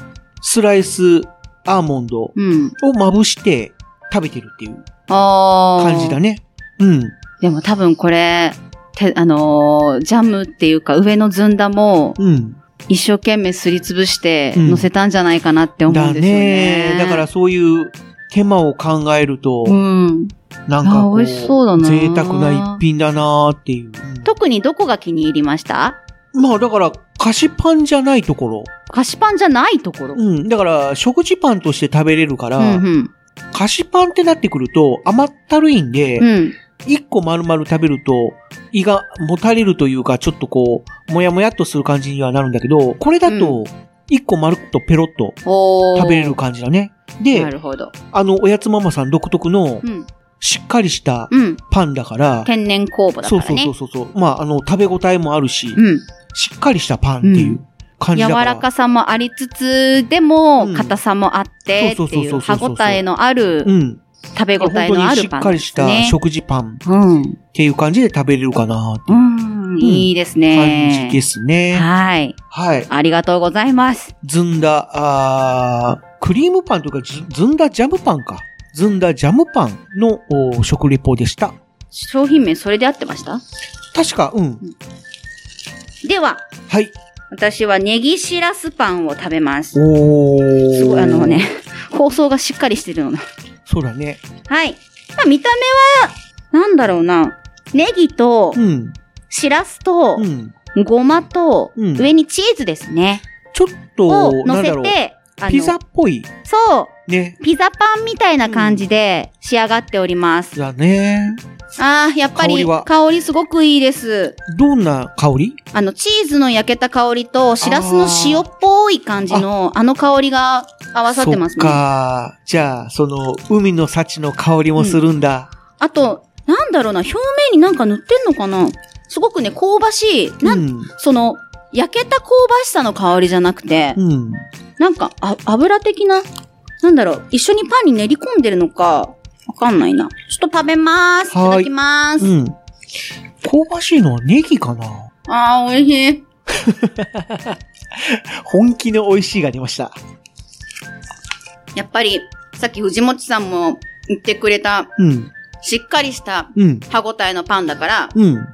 S3: スライスアーモンドを
S2: うん。
S3: まぶして食べてるっていう
S2: あー。
S3: 感じだね。うん。
S2: でも多分これ、てあのージャムっていうか上のずんだも
S3: うん。
S2: 一生懸命すりつぶして
S3: うん
S2: 乗せたんじゃないかなって思う
S3: だ
S2: んですよね。
S3: ね。だから、そういう手間を考えると、
S2: うん。
S3: なんかこ
S2: あ美味しそうだな
S3: 贅沢な一品だなーっていう。
S2: 特にどこが気に入りました
S3: まあだから、菓子パンじゃないところ。
S2: 菓子パンじゃないところ。
S3: うん。だから、食事パンとして食べれるから、
S2: うんうん。
S3: 菓子パンってなってくると甘ったるいんで、
S2: うん。
S3: 一個丸々食べると胃がもたれるというか、ちょっとこう、もやもやっとする感じにはなるんだけど、これだ
S2: う
S3: と、一個丸っとペロッと
S2: おー
S3: 食べれる感じだね。
S2: な
S3: で、
S2: るほど。
S3: あの、おやつママさん独特の
S2: うん。
S3: しっかりした
S2: うん。
S3: パンだから、
S2: 天然酵母だか
S3: そう
S2: ら
S3: そう
S2: ね。
S3: そううそう。まあ、あの、食べ応えもあるし、
S2: ん。
S3: しっかりしたパンっていう感じだ
S2: 柔
S3: から。
S2: らか
S3: さ。
S2: さもありつつ、で
S3: う
S2: も、
S3: ん
S2: 硬さもあって、って
S3: そうそう
S2: い
S3: そう
S2: う、
S3: そ
S2: 歯
S3: うそう
S2: 応えのある
S3: う、ん。
S2: 食べ応
S3: 本
S2: え
S3: 当
S2: のあ
S3: にし
S2: る
S3: っ
S2: パン
S3: か
S2: で
S3: りし
S2: す
S3: た
S2: ね。
S3: 食事パンっ
S2: うん。
S3: ていう感じで食べれるかなって
S2: う、
S3: いうん
S2: いいですね。
S3: 感じですね。
S2: はい。
S3: はい。
S2: ありがとうございます。
S3: ずんだ、あークリームパンというかず、ずんだジャムパンか。ずんだジャムパンのお食レポでした。
S2: 商品名それで合ってました
S3: 確か、うん。
S2: では、
S3: はい。
S2: 私はネギシラスパンを食べます。
S3: おー。
S2: すごい、あのね、 <laughs> 包装がしっかりしてるのな。
S3: そうだね。
S2: はい。まあ、見た目は、なんだろうな。ネギと
S3: う、ん。
S2: シラスと
S3: う、ん。
S2: ごまと、
S3: うん
S2: 上にチーズですね。
S3: ちょっと、
S2: を
S3: な
S2: 乗
S3: ん
S2: せ
S3: だろう。
S2: て、あの
S3: ピザっぽい。
S2: そう。
S3: ね。
S2: ピザパンみたいな感じで仕上がっております。
S3: だね。
S2: ああ、やっぱ
S3: 香り
S2: り
S3: は
S2: 香りすごくいいです。
S3: どんな香り
S2: あの、チーズの焼けた香りと、しらすの塩っぽい感じの、あの香りが合わさってます
S3: そっ
S2: ね。
S3: か。じゃあ、その、海の幸の香りもするんだ。
S2: あと、なんだろうな、表面になんか塗ってんのかなすごくね、香ばしい。なん、
S3: うん。
S2: その、焼けた香ばしさの香りじゃなくて、
S3: うん。
S2: なんか、あ、油的な、なんだろう、一緒にパンに練り込んでるのか、わかんないな。ちょっと食べまーす。いた
S3: はーい
S2: だきまーす。
S3: うん。香ばしいのはネギかな
S2: あー、美味しい。
S3: 本気の美味しいが出ました。
S2: やっぱり、さっき藤本さんも言ってくれた、
S3: うん。
S2: しっかりした
S3: うん。
S2: 歯ごたえのパンだから、
S3: うん。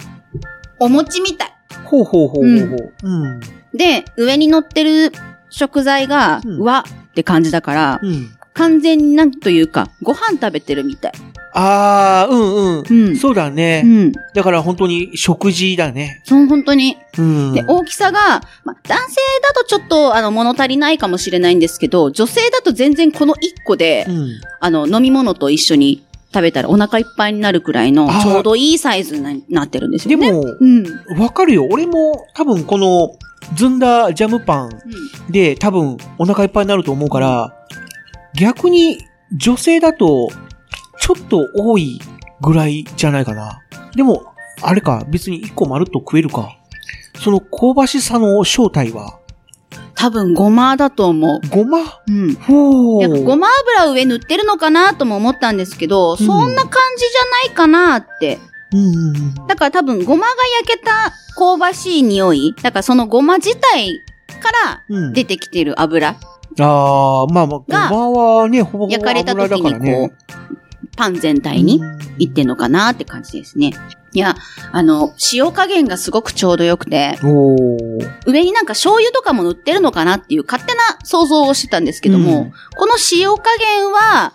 S2: お餅みたい。
S3: ほうほうほうほうほう。うん。
S2: で、上に乗ってる食材が
S3: うん、
S2: 和って感じだから、
S3: うん。
S2: 完全になんというか、ご飯食べてるみたい。
S3: ああ、うん
S2: う
S3: うんん。そうだ
S2: う
S3: ね。
S2: ん。
S3: だから本当に食事だね。
S2: そう、本当に。
S3: うん。
S2: で、大きさが、ま、男性だとちょっと、あの、物足りないかもしれないんですけど、女性だと全然この1個で、
S3: うん。
S2: あの、飲み物と一緒に食べたらお腹いっぱいになるくらいの
S3: あー
S2: ちょうどいいサイズになってるんです
S3: で
S2: よね。
S3: も、
S2: うん。うん。
S3: わかるよ。俺も多分このずんだジャムパンで多分お腹いっぱいになると思うから、逆に女性だとちょっと多いぐらいじゃないかな。でも、あれか、別に1個まるっと食えるか。その香ばしさの正体は、
S2: 多分ごまだと思う。
S3: ごま
S2: うん。
S3: ほ
S2: なんか
S3: う。
S2: ごま油を上塗ってるのかなとも思ったんですけど、そんな感じじゃないかなって。
S3: うんうんうん。
S2: だから多分ごまが焼けた香ばしい匂い。だからそのごま自体から
S3: うん、
S2: 出てきてる油。
S3: ああ、まあまあ、
S2: が
S3: ごまはね、ほぼほぼ
S2: 焼かれた
S3: 油だ
S2: 時
S3: か
S2: に
S3: ら
S2: こう、
S3: ね。
S2: パン全体にいって
S3: ん
S2: んのかなって感じですね。いや、あの、塩加減がすごくちょうど良くて、
S3: おー
S2: 上になんか醤油とかも塗ってるのかなっていう勝手な想像をしてたんですけども、
S3: うん
S2: この塩加減は、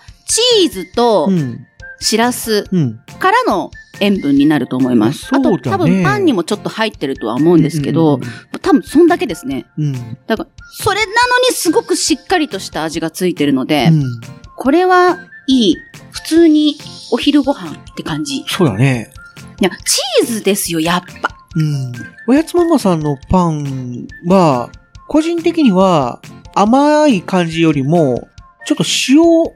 S2: チーズと
S3: うん。
S2: しらす
S3: うん。
S2: からの塩分になると思います。
S3: そうだね
S2: あと多分パンにもちょっと入ってるとは思うんですけど、多分そんだけですね。
S3: うん、うん。
S2: だから、それなのにすごくしっかりとした味がついてるので、
S3: うん。
S2: これはいい。普通にお昼ご飯って感じ。い
S3: そうだね。
S2: や、チーズですよ、やっぱ。
S3: うん。おやつママさんのパンは、個人的には甘い感じよりも、ちょっと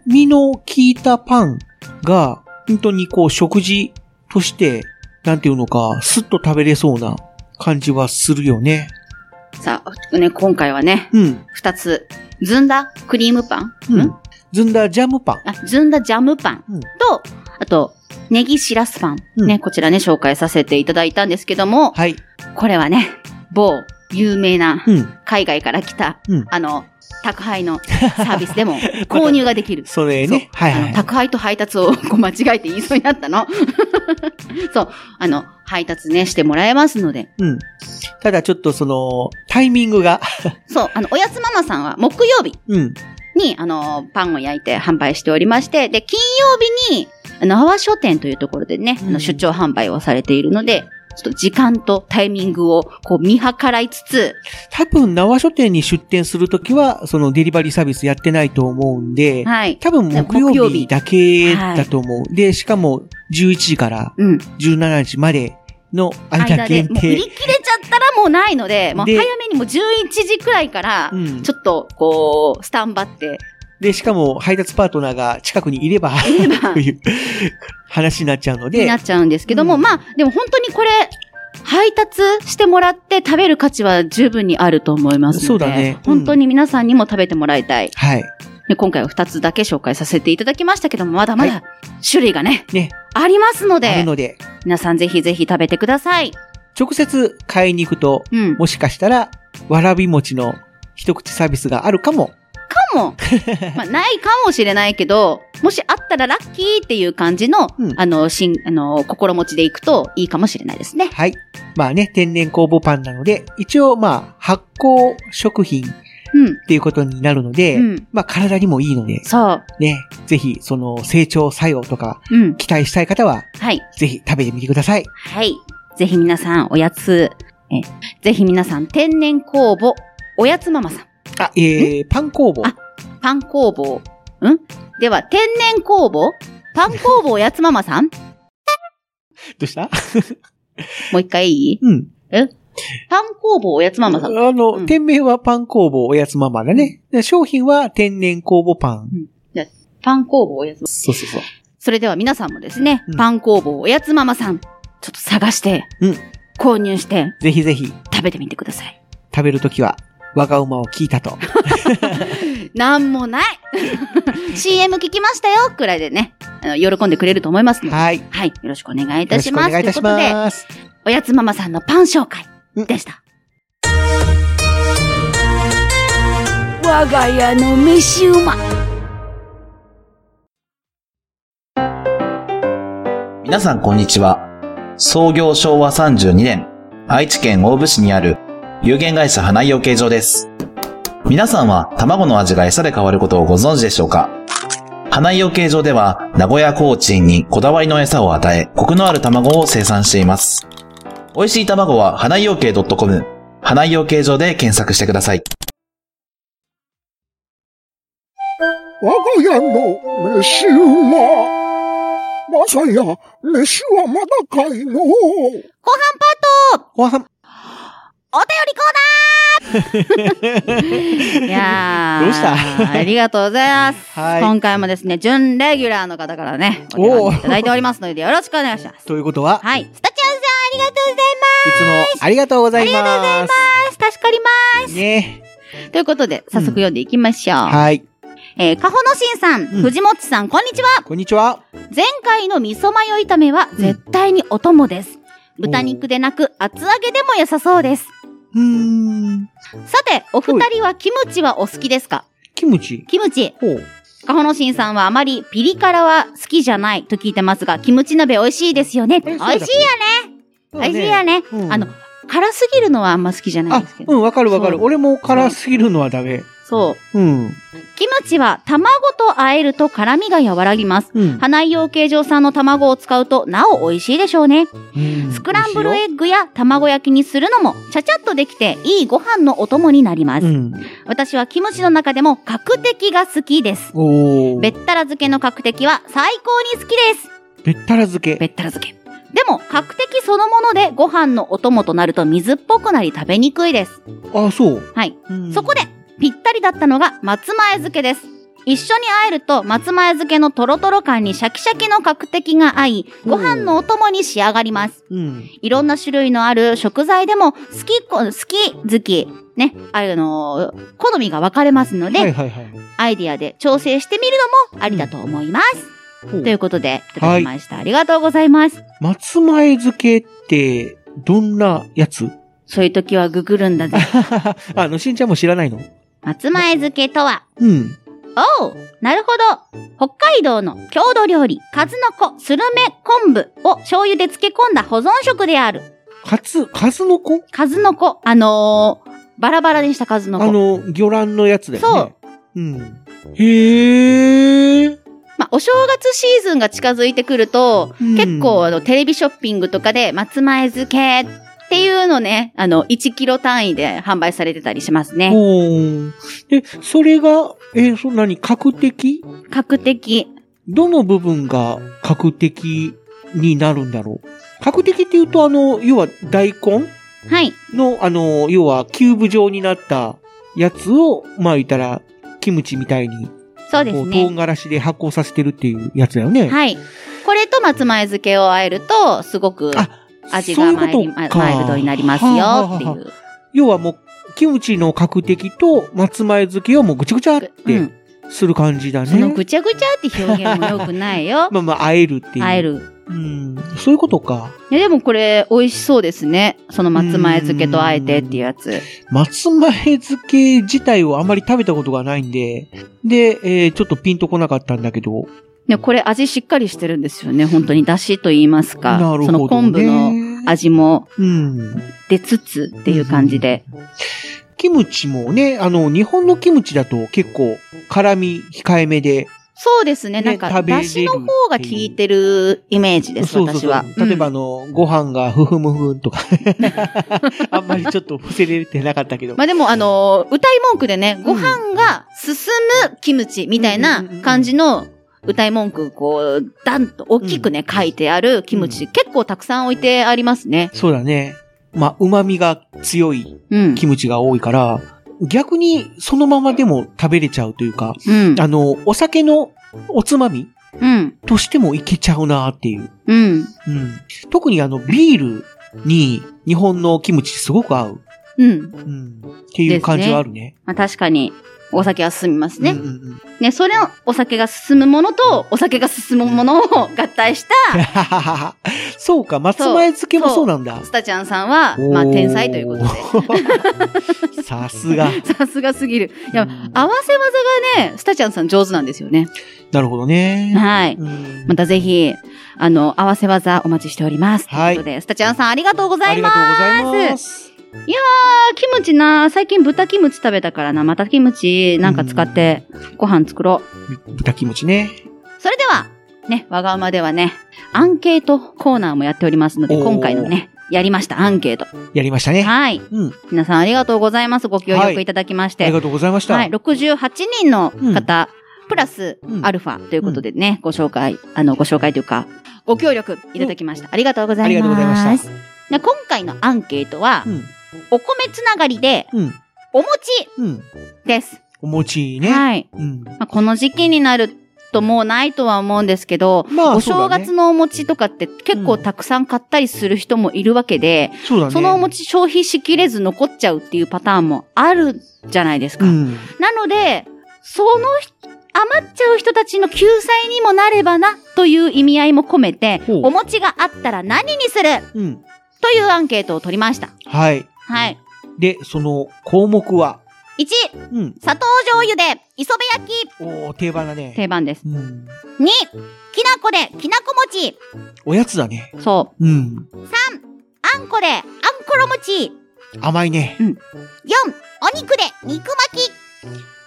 S3: 塩味の効いたパンが、本当にこう食事として、なんていうのか、スッと食べれそうな感じはするよね。
S2: さあ、ね、今回はね、
S3: うん。
S2: 二つ。ずんだクリームパン、
S3: うん。ずんだジャムパン。
S2: あ、ずんだジャムパン
S3: うん
S2: と、あと、ネギしらすパン。
S3: うん
S2: ね、こちらね、紹介させていただいたんですけども、
S3: はい。
S2: これはね、某有名な
S3: うん。
S2: 海外から来た、
S3: うん
S2: あの、宅配
S3: <laughs>
S2: のサービスでも購入ができる。
S3: それね。はい
S2: あ
S3: は
S2: の、
S3: い。
S2: 宅配と配達を <laughs> こう間違えて言いそうになったの。 <laughs> そう。あの、配達ね、してもらえますので。
S3: うん。ただちょっとその、タイミングが、
S2: そう。あの、おやつママさんは木曜日
S3: うん。
S2: に、あの、パンを焼いて販売しておりまして、で、金曜日に、あの、阿波書店というところでね、あ
S3: うん
S2: の出張販売をされているので、ちょっと時間とタイミングをこう見計らいつつ、
S3: 多分、縄書店に出店するときは、そのデリバリーサービスやってないと思うんで、
S2: はい。
S3: 多分
S2: ね
S3: 木曜
S2: 木曜
S3: 日
S2: 日
S3: だけだと思う。で、しかも11時から
S2: うん。
S3: 17時までの間
S2: 間で、
S3: 限
S2: もう売り
S3: 定。
S2: 切れちゃったらもうないので、もう
S3: で
S2: 早めにもう11時くらいから
S3: う、ん
S2: ちょっと、こう、スタンバって、
S3: で、しかも配達パートナーが近くにいれば、
S2: いれば
S3: と <laughs> <laughs> いう話になっちゃうの
S2: に
S3: で
S2: なっ、ちゃうんですけども、
S3: うん
S2: まあ、でも本当にこれ、配達してもらって食べる価値は十分にあると思いますので。
S3: そうだねうん
S2: 本当に皆さんにも食べてもらいたい。
S3: はい。
S2: で今回は2つだけ紹介させていただきましたけども、まだまだ種類がね、
S3: ね、
S2: ありますの
S3: ある
S2: で、
S3: ので、
S2: 皆さんぜひぜひ食べてください。
S3: 直接買いに行くと、
S2: うん。
S3: もしかしたら、わらび餅の一口サービスがあるかも。
S2: かも、まあ、ないかもしれないけど、もしあったらラッキーっていう感じの、
S3: うん
S2: あの、しん、あの、心持ちでいくといいかもしれないですね。
S3: はい。まあね、天然酵母パンなので、一応まあ、発酵食品っ
S2: うん。
S3: ていうことになるので、
S2: うん。
S3: まあ体にもいいので、
S2: そう。
S3: ね、ぜひその成長作用とか
S2: うん。
S3: 期待したい方は、
S2: はい。
S3: ぜひ食べてみてください。
S2: はい。ぜひ皆さん、おやつ、え、ぜひ皆さん、天然酵母、おやつママさん、
S3: あ、えー、パン工房。
S2: あパン工房、んでは、天然酵母、パン工房おやつママさん、も
S3: どうした
S2: う一回いい
S3: うん。
S2: パン工房おやつマ
S3: あ
S2: マさん。
S3: の、
S2: うん
S3: 店名はパン工房おやつママだね。で商品は天然酵母パン。
S2: パン工房おやつママ
S3: そうそうそう。
S2: それでは皆さんもですね、
S3: うん
S2: パン工房おやつママさん、ちょっと探して、
S3: うん
S2: 購入して、
S3: ぜひぜひ
S2: 食べてみてください。
S3: 食べるときは、我が馬を聞いた <laughs> と。
S2: なんも
S3: <laughs>
S2: ない !CM 聞きましたよくらいでね、あの喜んでくれると思いますので。
S3: はい。よ
S2: はい。よろしくお願いい
S3: ろ
S2: た
S3: し
S2: し
S3: くお
S2: ます。
S3: 願いいた
S2: と
S3: し
S2: いうことで、
S3: ます。
S2: おやつママさんのパン紹介
S3: うん
S2: でした。
S6: 我が家の飯馬
S7: 皆さんこんにちは。創業昭和32年、愛知県大府市にある有限会社花井養鶏場です。皆さんは卵の味が餌で変わることをご存知でしょうか花井養鶏場では名古屋コーチンにこだわりの餌を与え、コクのある卵を生産しています。美味しい卵は花井養鶏 .com、花井養鶏場で検索してください。
S8: 我が家の飯はまさや、飯はまだかいのう。
S2: 後半パ
S3: おばさん、
S2: ート、お便りコーナ
S3: <laughs>
S2: ーいやー。
S3: どうした
S2: ありがとうございます。
S3: は
S2: 今回もですね、準レギュラーの方からね、お手紙いただいておりますので、よろしくお願いしま
S3: い。
S2: す。
S3: ということは、
S2: はい。スタチャンさん、ありがとうござい
S3: いつもありがとうございます。
S2: ます。助かりま
S3: ね。
S2: す。ということで、早速読んでいきましょう。
S3: はい。
S2: えー、かほのしんさん、
S3: うん
S2: 藤もっちさん、こんにちは。
S3: こんにちは。
S2: 前回の味噌マヨ炒めは絶対にお供です。
S3: ん
S2: 豚肉でなく厚揚げでも良さそうです。
S3: うーん。
S2: さて、お二人はキムチはお好きですか
S3: キムチ。
S2: キムチ。
S3: ほう。
S2: カホノシンさんはあまりピリ辛は好きじゃないと聞いてますが、キムチ鍋美味しいですよね。美
S3: えそう
S2: 味
S3: だっけ
S2: しいよね。美味しいよね。
S3: うん
S2: あの、辛すぎるのはあんま好きじゃない
S3: あ
S2: ですけ、ど。
S3: うん、わかるわか
S2: そ
S3: る。
S2: う
S3: 俺も辛すぎるのはダメ。
S2: そう。
S3: うん。
S2: キムチは卵と和えると辛みが和らぎます。
S3: うん。
S2: 花井養鶏場産の卵を使うとなお美味しいでしょうね。
S3: うん
S2: スクランブルエッグや卵焼きにするのも、ちゃちゃっとできて、いいご飯のお供になります。
S3: うん。
S2: 私はキムチの中でも、角的が好きです。
S3: おー。
S2: べったら漬けの角的は最高に好きです。
S3: べったら漬
S2: べ
S3: け。
S2: ったら漬け。でも、角的そのものでご飯のお供となると水っぽくなり食べにくいです。
S3: あ、そう。
S2: はい。
S3: うん
S2: そこで、ぴったりだったのが松前漬けです。一緒に和えると松前漬けのトロトロ感にシャキシャキの角的が合い、ご飯のお供に仕上がります。
S3: うん。
S2: いろんな種類のある食材でも、好きこ、好き、好き、ね、あのー好みが分かれますので、
S3: はいはいはい。
S2: アイディアで調整してみるのもありだと思います。
S3: ほう
S2: ということで、いただきました。ありがとうございます。
S3: 松前漬けって、どんなやつ <laughs>
S2: そういう時はググるんだぜ。
S3: あの、しんちゃんも知らないの
S2: 松前漬けとは、
S3: うん。
S2: おうなるほど北海道の郷土料理、数の子、スルメ、昆布を醤油で漬け込んだ保存食である。
S3: かつ、数の子
S2: 数の子、あのーバラバラにした数の
S3: あ
S2: 子。
S3: の、魚卵のやつだよね。そう。うん。へえ。
S2: まあ、お正月シーズンが近づいてくると、
S3: うん
S2: 結構あのテレビショッピングとかで松前漬けっていうのね、あの、1キロ単位で販売されてたりしますね。
S3: おーで、それが、えー、そんなに角的
S2: 角的。
S3: どの部分が角的になるんだろう角的っていうと、あの、要は大根
S2: はい。
S3: の、あの、要はキューブ状になったやつを、まあ言ったら、キムチみたいに、
S2: そうです
S3: こう、唐
S2: ね。
S3: 辛子で発酵させてるっていうやつだよね。
S2: はい。これと松前漬けを和えると、すごく
S3: あ
S2: 味
S3: そう
S2: が
S3: いう
S2: マイ
S3: こ
S2: リ
S3: と
S2: マイ
S3: か
S2: マイルドになります
S3: はあはあ
S2: よ
S3: はあ
S2: っていう。
S3: 要はもう、キムチの角的と松前漬けをもうぐちゃぐちゃっ
S2: う
S3: て
S2: ん。
S3: する感じだね。
S2: そのぐちゃぐちゃって表現も良くないよ。
S3: <laughs> まあまあ、あえるっていう。
S2: 和え。る。
S3: うん。そういうことか。
S2: いやでもこれ、美味しそうですね。その松前漬けと和えてっていうやつ。
S3: 松前漬け自体をあまり食べたことがないんで、で、えーちょっとピンとこなかったんだけど。
S2: ね、これ味しっかりしてるんですよね。本当に出汁と言いますか。
S3: なる
S2: そ
S3: ほど、ね。
S2: の昆布の味も
S3: うん。
S2: 出つつっていう感じで。
S3: キムチもね、あの、日本のキムチだと結構辛み控えめで。
S2: そうですね。
S3: ね
S2: なんか、
S3: 食べれ
S2: 出
S3: る
S2: 汁の方が効いてるイメージです、
S3: そうそう
S2: 私
S3: そう
S2: は。
S3: 例えばあ
S2: うん
S3: の、ご飯がふふむふんとか。 <laughs> あんまりちょっと伏せれてなかったけど。
S2: まあでも、あのー歌い文句でね、ご飯が進むキムチみたいな感じの歌い文句、こう、ダンと大きくね、書いてあるキムチ、結構たくさん置いてありますね。
S3: そうだね。まあ、旨味が強い
S2: うん。
S3: キムチが多いから、逆にそのままでも食べれちゃうというか、
S2: うん。
S3: あの、お酒のおつまみ
S2: うん。
S3: としてもいけちゃうなっていう。
S2: うん。
S3: うん。特にあの、ビールに日本のキムチすごく合う。
S2: うん。
S3: うん。っていう感じはあるね。
S2: まあ確かに、お酒は進みますね
S3: うん。うんうん。 <laughs>
S2: ね、それをお酒が進むものと、お酒が進むものを合体した
S3: そうか、松前漬けもそうなんだ。
S2: スタちゃんさんは、
S3: おー
S2: まあ天才ということ
S3: <laughs> さすが。
S2: で。さすがすぎる。いや、
S3: うん
S2: 合わせ技がね、スタちゃんさん上手なんですよね。
S3: なるほどね。
S2: はい。
S3: うん
S2: またぜひ、あの、合わせ技お待ちしております。
S3: はい
S2: ということで、スタちゃんさんありがとうござ
S3: あ
S2: い
S3: り
S2: ま
S3: が
S2: す。
S3: とうござ
S2: ありがとうござい
S3: い
S2: ま
S3: ます。
S2: キムチな、最近豚キムチ食べたからな、またキムチなんか使ってご飯作ろう。
S3: 豚キムチね。
S2: それでは、ね、わがまではね、アンケートコーナーもやっておりますので、
S3: おー
S2: 今回のね、やりました、アンケート。
S3: やりましたね。
S2: はい。
S3: うん。
S2: 皆さんありがとうございます。ご協
S3: は
S2: 力
S3: い
S2: いただきまし
S3: あり
S2: て。
S3: がとうございました。
S2: はい。68人の方、プラス
S3: う、ん
S2: アルファということでね、ご紹介、あの、ご紹介というか、ご協力いただきました。ありがとうございます。
S3: ありがとうございました
S2: で今回のアンケートは、
S3: うん。
S2: お米つながりで、
S3: うん。
S2: お餅
S3: うん。
S2: です。
S3: お餅ね。
S2: はい。
S3: うん。
S2: まあ、この時期になるともうないとは思うんですけど、
S3: まあ、
S2: お
S3: そ
S2: 正
S3: うだね
S2: 月のお餅とかって結構たくさん買ったりする人もいるわけで、
S3: そうだね。
S2: そのお餅消費しきれず残っちゃうっていうパターンもあるじゃないですか。
S3: うん。
S2: なので、その人余っちゃう人たちの救済にもなればなという意味合いも込めて、
S3: ほう
S2: お餅があったら何にする
S3: うん。
S2: というアンケートを取りました。
S3: はい。
S2: はい。
S3: で、その項目は、
S2: 1、
S3: うん。
S2: 砂糖醤油で磯辺焼き。
S3: おー、定番だね。
S2: 定番です。
S3: うん。
S2: 2、きなこできなこ餅。
S3: おやつだね。
S2: そ
S3: うん。
S2: う。あんこであんころ餅。
S3: 甘いね。
S2: 4、お肉で肉巻き。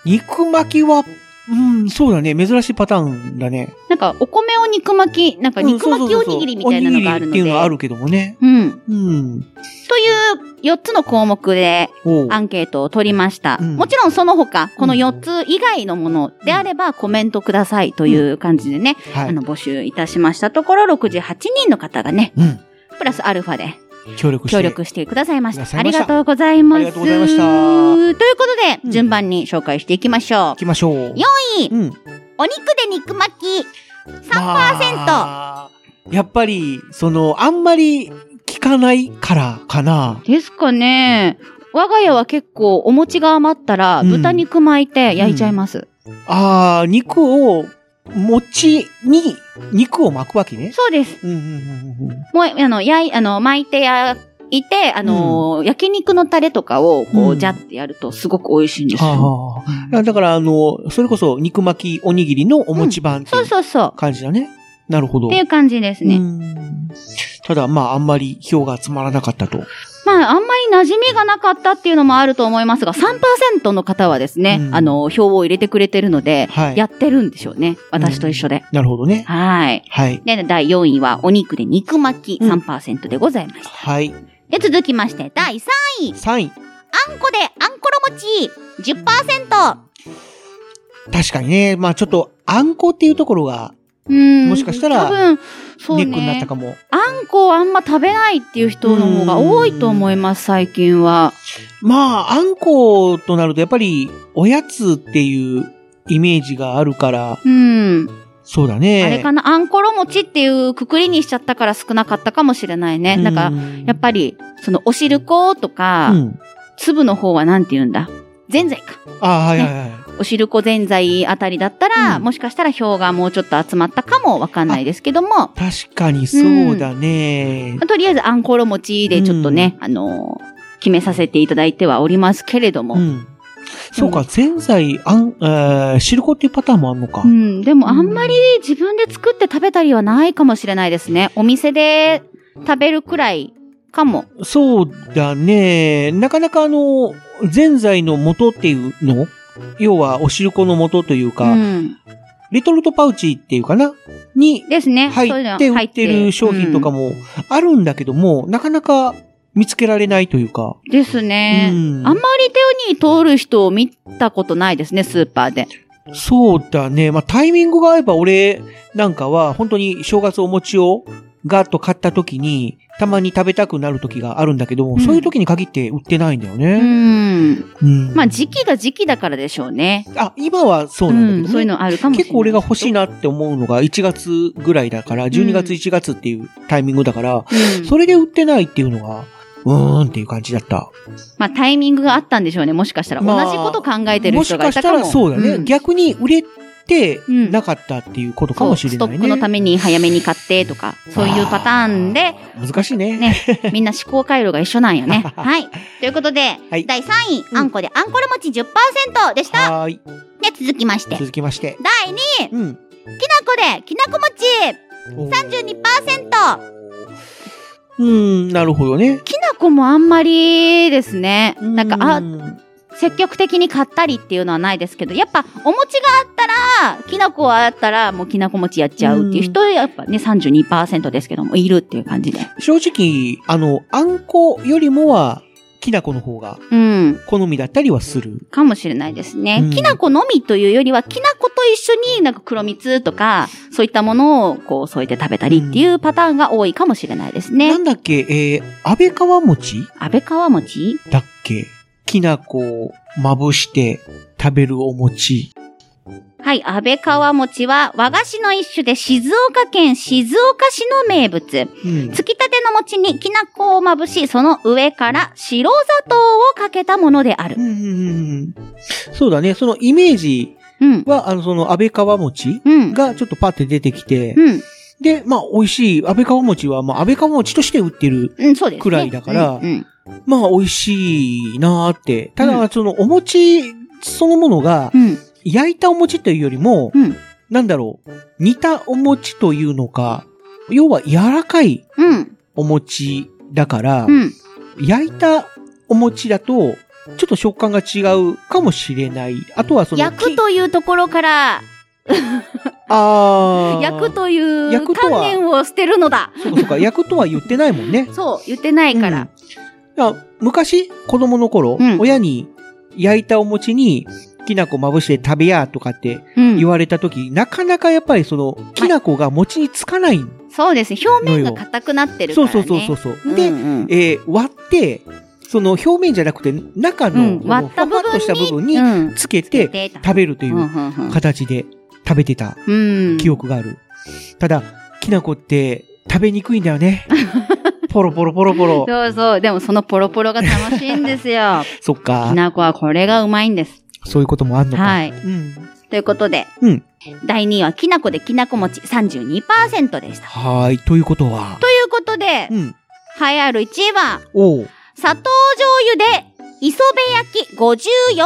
S3: 肉巻きは、うん、そうだね。珍しいパターンだね。
S2: なんか、お米を肉巻き、なんか肉巻きおにぎりみたいなのがあるので。
S3: うんそうそうそうおにぎりっていうのはあるけどもね。
S2: うん。
S3: うん。
S2: という4つの項目で
S3: おう
S2: アンケートを取りました。
S3: うん
S2: もちろんその他、この4つ以外のものであればコメントくださいという感じでね、
S3: は
S2: あ
S3: い
S2: の。募集いたしましたところ、68人の方がね、
S3: うん。
S2: プラスアルファで
S3: 協力して。
S2: 協力してくださいまし
S3: くだ
S2: た。
S3: さ
S2: あ
S3: いま
S2: り
S3: した
S2: がとうございます。
S3: ありがとうございました
S2: ということ
S3: う
S2: で、
S3: ん
S2: 順番に紹介していきましょう
S3: 行。きましょう。
S2: 4位、
S3: うん。
S2: お肉で肉巻き3%。
S3: まあやっぱり、その、あんまり聞かないからかな。
S2: ですかね。我が家は結構お餅が余ったら
S3: うん
S2: 豚肉巻いて焼いちゃいます。
S3: ああ、肉を、餅に肉を巻くわけね。
S2: そうです。
S3: うんうんうんうん
S2: もう、あの、やい、あの、巻いてや、いて、あのー、焼肉のタレとかを、こ
S3: う
S2: う、
S3: ん
S2: ジャってやるとすごく美味しいんです
S3: はあ
S2: よ。
S3: はあ。だから、あの、それこそ肉巻きおにぎりのお餅版ってい
S2: そう
S3: う
S2: そうそう。
S3: 感じだね。なるほど。
S2: っていう感じです
S3: う
S2: ね。
S3: んただ、まあ、あんまり票が集まらなかったと。
S2: まあ、あんまり馴染みがなかったっていうのもあると思いますが、3%の方はですね、
S3: うん
S2: あの、票を入れてくれてるので、
S3: はい
S2: やってるんでしょうね。私と一緒で。
S3: なるほどね。
S2: はい。
S3: はい。
S2: で、第4位は、お肉で肉巻き
S3: うん
S2: 3%でございました。
S3: はい。
S2: で、続きまして、第3位、
S3: 3位。
S2: あんこであんころ餅10%。
S3: 確かにね。まあ、ちょっと、あんこっていうところが
S2: うん。
S3: もしかしたら
S2: 多分、そう
S3: ネ
S2: ね。
S3: ックになったかも。
S2: あんこをあんま食べないっていう人の方が多いと思います、最近は。
S3: まあ、あんことなると、やっぱり、おやつっていうイメージがあるから、
S2: うん。
S3: そうだね。
S2: あれかな、あんころ餅っていうくくりにしちゃったから少なかったかもしれないね。なんか、
S3: ら
S2: やっぱり、その、おしることか、
S3: うん。
S2: 粒の方はなんて言うんだぜんざいか。
S3: ああ、はいはいはい。
S2: おしるこぜんざいあたりだったら、
S3: うん
S2: もしかしたら票がもうちょっと集まったかもわかんないですけども、
S3: 確かにそうだね。
S2: とりあえずあんころ餅でちょっとね、あのー決めさせていただいてはおりますけれども、
S3: うん。そうか、ぜんざい、あん、えー、汁粉っていうパターンもあるのか。
S2: うん、でもあんまり自分で作って食べたりはないかもしれないですね。お店で食べるくらいかも。
S3: そうだね。なかなかあの、ぜんざいの元っていうの要は、お汁粉の元という
S2: う
S3: か、
S2: ん、
S3: レトルトパウチっていうかなに
S2: ですね。
S3: 入
S2: そういうの
S3: って売ってる商品とか
S2: も。
S3: もあるんだけども、なかなか見つけられないというか。
S2: うんですね。
S3: うん
S2: あんまり手に通る人を見たことないですね、スーパーで。
S3: そうだね。まあ、タイミングが合えば俺なんかは本当に正月お餅をガーッと買った時にたまに食べたくなる時があるんだけども、
S2: うん
S3: そういう時に限って売ってないんだよ
S2: う
S3: ね。
S2: ん。
S3: うん
S2: まあ時期が時期だからでしょうね。
S3: あ、今はそう
S2: う
S3: なんだけどね、
S2: ん、そういうのあるかもしれない。
S3: 結構俺が欲しいなって思うのが1月ぐらいだから、12月
S2: うん
S3: 1月っていうタイミングだから、
S2: うん
S3: それで売ってないっていうのが、うーんっていう感じだった。
S2: まあタイミングがあったんでしょうね、もしかしたら。
S3: まあ
S2: 同じこと考えてる
S3: も
S2: 人
S3: し
S2: が
S3: か
S2: い
S3: したた
S2: からも。
S3: そうだね。
S2: ん
S3: 逆に売れて
S2: うん
S3: なかったっていうことか
S2: そう
S3: もしれ
S2: スト
S3: ないね。
S2: ックのために早めに買ってとか、そういうパターンで、
S3: 難しいね。
S2: ね、みんな思考回路が一緒なんよ
S3: <laughs>
S2: ね。はい。ということで、
S3: はい
S2: 第3位、
S3: うん
S2: あんこであんころ餅10%でした。
S3: はーい。
S2: で、続きまして、
S3: 続きまして。
S2: 第2位、
S3: う
S2: きな
S3: ん。
S2: こできなこ餅32%。
S3: うん、なるほどね。
S2: きなこもあんまりですね、なんか、
S3: う
S2: あ、
S3: ん
S2: 積極的に買ったりっていうのはないですけど、やっぱお餅があったら、きなこはあったら、もうきなこ餅やっちゃうっていう人、やっぱね、32%ですけども、いるっていう感じで。
S3: 正直、あの、あんこよりもは、きな粉の方が
S2: うん。
S3: 好みだったりはする。
S2: かもしれないですね。
S3: うん
S2: きな粉のみというよりは、きな粉と一緒になんか黒蜜とか、そういったものをこう添えて食べたりっていうパターンが多いかもしれないですね
S3: な。んだっけ、えー、安倍川餅
S2: 安倍川餅
S3: だっけきな粉をまぶして食べるお餅。
S2: はい、安倍川餅は和菓子の一種で静岡県静岡市の名物。
S3: うん
S2: つきたての餅にきな粉をまぶし、その上から白砂糖をかけたものであ
S3: う
S2: る。
S3: んうんうんうんそうだね。そのイメージ
S2: うん。
S3: は、あの、その、安倍川餅
S2: うん。
S3: がちょっとパって出てきて、
S2: うん。
S3: で、まあ、美味しい、安倍川餅は、まあ、安倍川餅として売ってる、
S2: うん、そうです、ね。
S3: くらいだから
S2: うんうん。
S3: まあ、美味しいなーって。た
S2: う
S3: だ、その、お餅そのものが
S2: う、ん。
S3: 焼いたお餅というよりも、
S2: うん
S3: なんだろう、煮たお餅というのか、要は柔らかい
S2: うん。
S3: お餅だから、
S2: うん。
S3: 焼いたお餅だと、ちょっと食感が違うかもしれない。あとはその、
S2: 焼くというところから、
S3: あー
S2: 焼くとい
S3: 焼
S2: う
S3: くと
S2: 観
S3: は
S2: 念を捨てるのだ。
S3: そうかそうか、焼くとは言ってないもんね。
S2: そう、言ってないから。
S3: うんいや昔、子供の頃、
S2: うん
S3: 親に焼いたお餅に、きな粉まぶして食べやとかって
S2: うん。
S3: 言われた時、なかなかやっぱりその、きな粉が餅につかない。
S2: そうですね。表面が硬くなってるか
S3: そ
S2: ら
S3: う
S2: ね。
S3: そうそうそうそう。
S2: うん
S3: で、
S2: うん
S3: えー割って、その表面じゃなくて、中
S2: う
S3: の
S2: ん、割った部
S3: ふわふわっとした部分
S2: 分に、
S3: に
S2: うん
S3: つけて
S2: てた
S3: 食べるとい
S2: うんう
S3: うん
S2: うん
S3: 形で食べてた
S2: うん
S3: 記憶がある。ただ、きな粉って食べにくいんだ
S2: <laughs>
S3: よね。ポロポロポロポロ。
S2: そうそう。でもそのポロポロが楽しいんです <laughs> よ。
S3: そっ
S2: き
S3: か。
S2: な粉はこれがうまいんです。
S3: そういうこともあんのか。
S2: はい。
S3: うん。
S2: ということで、
S3: うん
S2: 第2位はきな粉できなこ餅32%でした。とい
S3: はーい。ということは。
S2: うことで、
S3: うん。
S2: 栄えある1位は、
S3: おう。
S2: 砂糖醤油で磯辺焼き54%。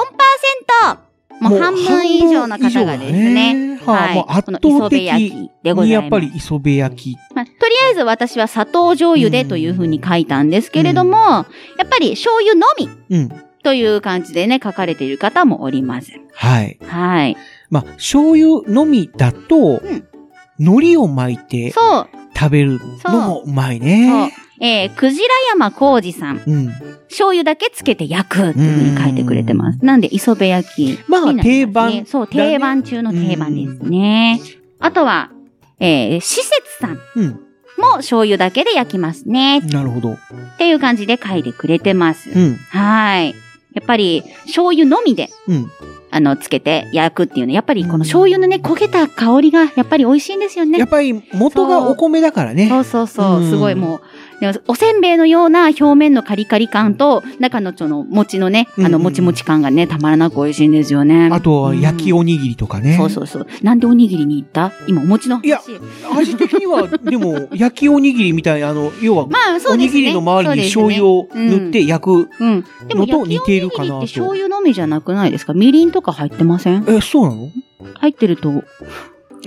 S2: もう半分以上の方がですね。
S3: 半分以上だね。はい。もう圧
S2: この磯
S3: 倒
S2: 辺焼
S3: 的
S2: きでござ
S3: に
S2: い
S3: や
S2: ます。
S3: っぱり磯辺焼き。
S2: まあとりあえず私は砂糖醤油でというふうに書いたんですけれども、やっぱり醤油のみ
S3: うん。
S2: という感じでね、書かれている方もおります。
S3: はい。
S2: はい。
S3: まあ、醤油のみだと、
S2: ん
S3: 海苔を巻いて
S2: そう、
S3: 食べるのもうまいね。
S2: えー、クジラ山浩二さん。
S3: うん。
S2: 醤油だけつけて焼くっていうふうに書いてくれてます。なんで、磯辺焼きになりすね。
S3: まあ定番
S2: そう、定番中の定番ですね。あとは、えー、施設さん
S3: うん。
S2: も醤油だけで焼きますね。
S3: なるほど。
S2: っていう感じで書いてくれてます。
S3: うん。
S2: はい。やっぱり、醤油のみで、
S3: うん。
S2: あの、つけて焼くっていうの、やっぱりこの醤油のね、焦げた香りが、やっぱり美味しいんですよね
S3: やっ。ぱり元がお米だからね。
S2: そうそうそう、
S3: うん
S2: すごいもう、でもおせんべいのような表面のカリカリ感と、中のその餅のね、あ
S3: うんう
S2: の、
S3: ん
S2: もちもち感がね、たまらなく美味しいんですよね。
S3: あとは焼きおにぎりとかね。
S2: そうそうそう。なんでおにぎりに行った今、お餅の話。
S3: いや味的には、でも、焼きおにぎりみたいな、あの、要は、
S2: まあ、そ
S3: お
S2: うで
S3: に
S2: すね。
S3: ぎりの周りに醤油を塗って焼く。
S2: そうですね。うん。でも、
S3: のと
S2: 焼
S3: 似
S2: き
S3: てい
S2: お
S3: る
S2: にぎ
S3: かなと
S2: りって醤油のみじゃなくないですかみりんとか入ってません
S3: え、そうなの
S2: 入ってると、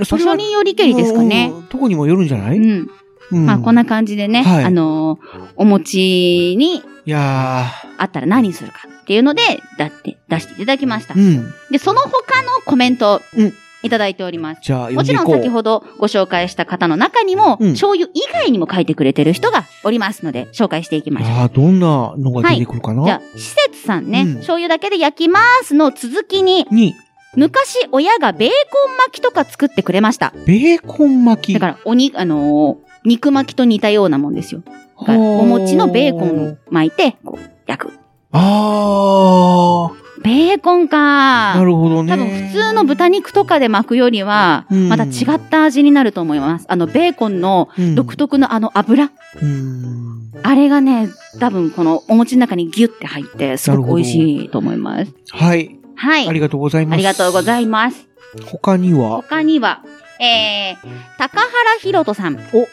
S3: そ
S2: 場
S3: れ
S2: 所
S3: は、
S2: によりけりですかね。
S3: うん。とこにもよるんじゃな
S2: う
S3: い
S2: ん。
S3: うん
S2: まあ、こんな感じでね、
S3: はい
S2: あのー、お餅に
S3: いや
S2: あったら何にするかっていうので、だって、出していただきました
S3: ー。うん。
S2: で、その他のコメント
S3: うん、
S2: いただいております。
S3: じゃあ、読
S2: も
S3: ん
S2: ち
S3: でい
S2: ろん
S3: こう。
S2: 先ほどご紹介した方の中にも、
S3: うん
S2: 醤油以外にも書いてくれてる人がおりますので、紹介していきましょ
S3: ああ、どんなのが出てくるかな、
S2: う。じゃあ、施設さんね、
S3: うん
S2: 醤油だけで焼きますの続きに、
S3: に、
S2: 昔親がベーコン巻きとか作ってくれました。
S3: ベーコン巻き。
S2: だから、おに、あのー肉巻きと似たようなもんですよ。だからお餅のベーコンを巻いて、こう、焼く。
S3: あ
S2: ベーコン
S3: あ、
S2: か
S3: なるほどね。
S2: 多分普通の豚肉とかで巻くよりは、
S3: うん
S2: また違った味になると思います。あの、ベーコンの
S3: うん
S2: 独。特のあの油、
S3: うん。
S2: あれがね、多分このお餅の中にギュッて入って、すごく美味しいと思います。
S3: はい、
S2: はい。
S3: ありがとうございます。
S2: ありがとうござい
S3: ま
S2: ます。
S3: す。他には、
S2: 他には、えー、高原ひろとさん。
S3: お、い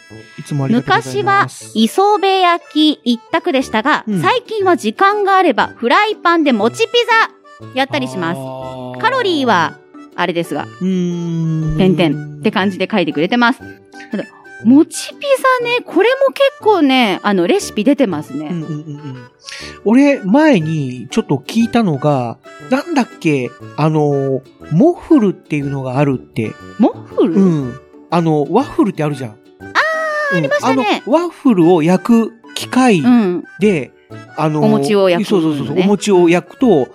S3: つもありがとうござ
S2: 昔
S3: いま
S2: は
S3: す。
S2: 磯辺焼き一択でしたが、
S3: うん
S2: 最近は時間があればフライパンで餅ピザやったりします。
S3: す
S2: カロリー、は、あれですが、
S3: うーん。
S2: 点々って感じで書いてくれてます。ただ餅ピザね、これも結構ね、あの、レシピ出てます
S3: うん
S2: ね。
S3: うんうんうん。俺、前にちょっと聞いたのが、なんだっけ、あの、モッフルっていうのがあるって。
S2: モッフル、
S3: うん。あの、ワッフルってあるじゃん。ああ、ありま
S2: したね
S3: ワッフルを焼く機械
S2: うん。
S3: で、あの、
S2: お餅を焼く
S3: そうそうそうそう、
S2: ね
S3: お餅を焼くと、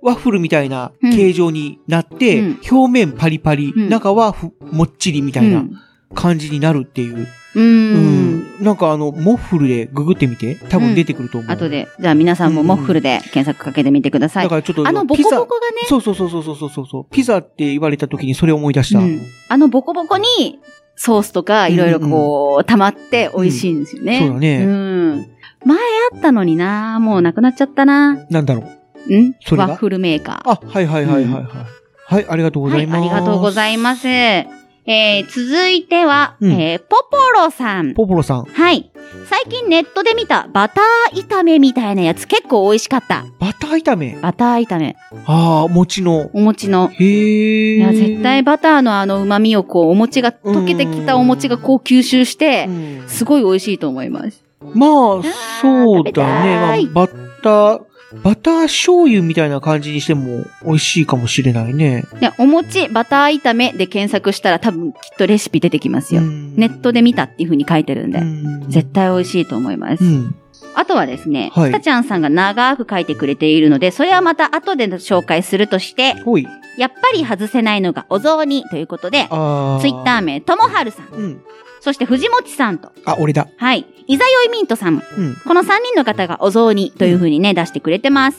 S3: ワッフルみたいな形状になって、
S2: うん
S3: 表面パリパリ、
S2: うん
S3: 中はふもっちりみたいな感じになるっていう。
S2: うん。うん。
S3: うんなんかあの、モッフルでググってみて。多分出てくると思う。
S2: 後。で、じゃあ皆さんもモッフルで検索かけてみてくださ
S3: だ
S2: い。
S3: からちょっと、
S2: あのボ
S3: ピ
S2: コボ
S3: ザ
S2: コがね、
S3: そうそうそうそうそうそうそう。ピザって言われた時にそれを思い出した。
S2: うんあのボコボコにソースとかいろいろこう、溜まって美味しいんですよね。
S3: そうだね
S2: うん。前あったのにな、もうなくなっちゃったな。ん
S3: なんだろう。それが
S2: ワッフルメーカー。
S3: あ、はいはいはいはいはい。はい、ありがとうご
S2: は
S3: ざい
S2: い、
S3: ま
S2: あ
S3: す。
S2: りがとうございます。えー、続いては、
S3: うん
S2: えーポポロさん。
S3: ポポロさん、
S2: はい。最近ネットで見たバター炒めみたいなやつ結構美味しかった。
S3: バター炒め。
S2: バター炒め。
S3: ああ、餅の。
S2: お餅の。
S3: へえ。
S2: いや、絶対バターのあの旨味をこう、お餅が、溶けてきたお餅がこう吸収して
S3: う、ん
S2: すごい美味しいと思います。
S3: まあ、そ
S2: 食
S3: うだ
S2: べたい
S3: ね。まあ、バター、バター醤油みたいな感じにしても美味しいかもしれないね。
S2: で、お餅バター炒めで検索したら多分きっとレシピ出てきますよ。ネットで見たっていう風に書いてるんで
S3: う、ん
S2: 絶対美味しいと思います
S3: う。ん。
S2: あとはですね、
S3: はい
S2: ひかちゃんさんが長く書いてくれているので、それはまた後で紹介するとして、
S3: ほい。
S2: やっぱり外せないのがお雑煮ということで、
S3: ああ。
S2: ツイッター名、ともはるさん、
S3: うん。
S2: そして藤持さんと、
S3: あ、俺だ。
S2: はい、いざよいミントさん、
S3: うん。
S2: この3人の方がお雑煮というふうにね、出してくれてます。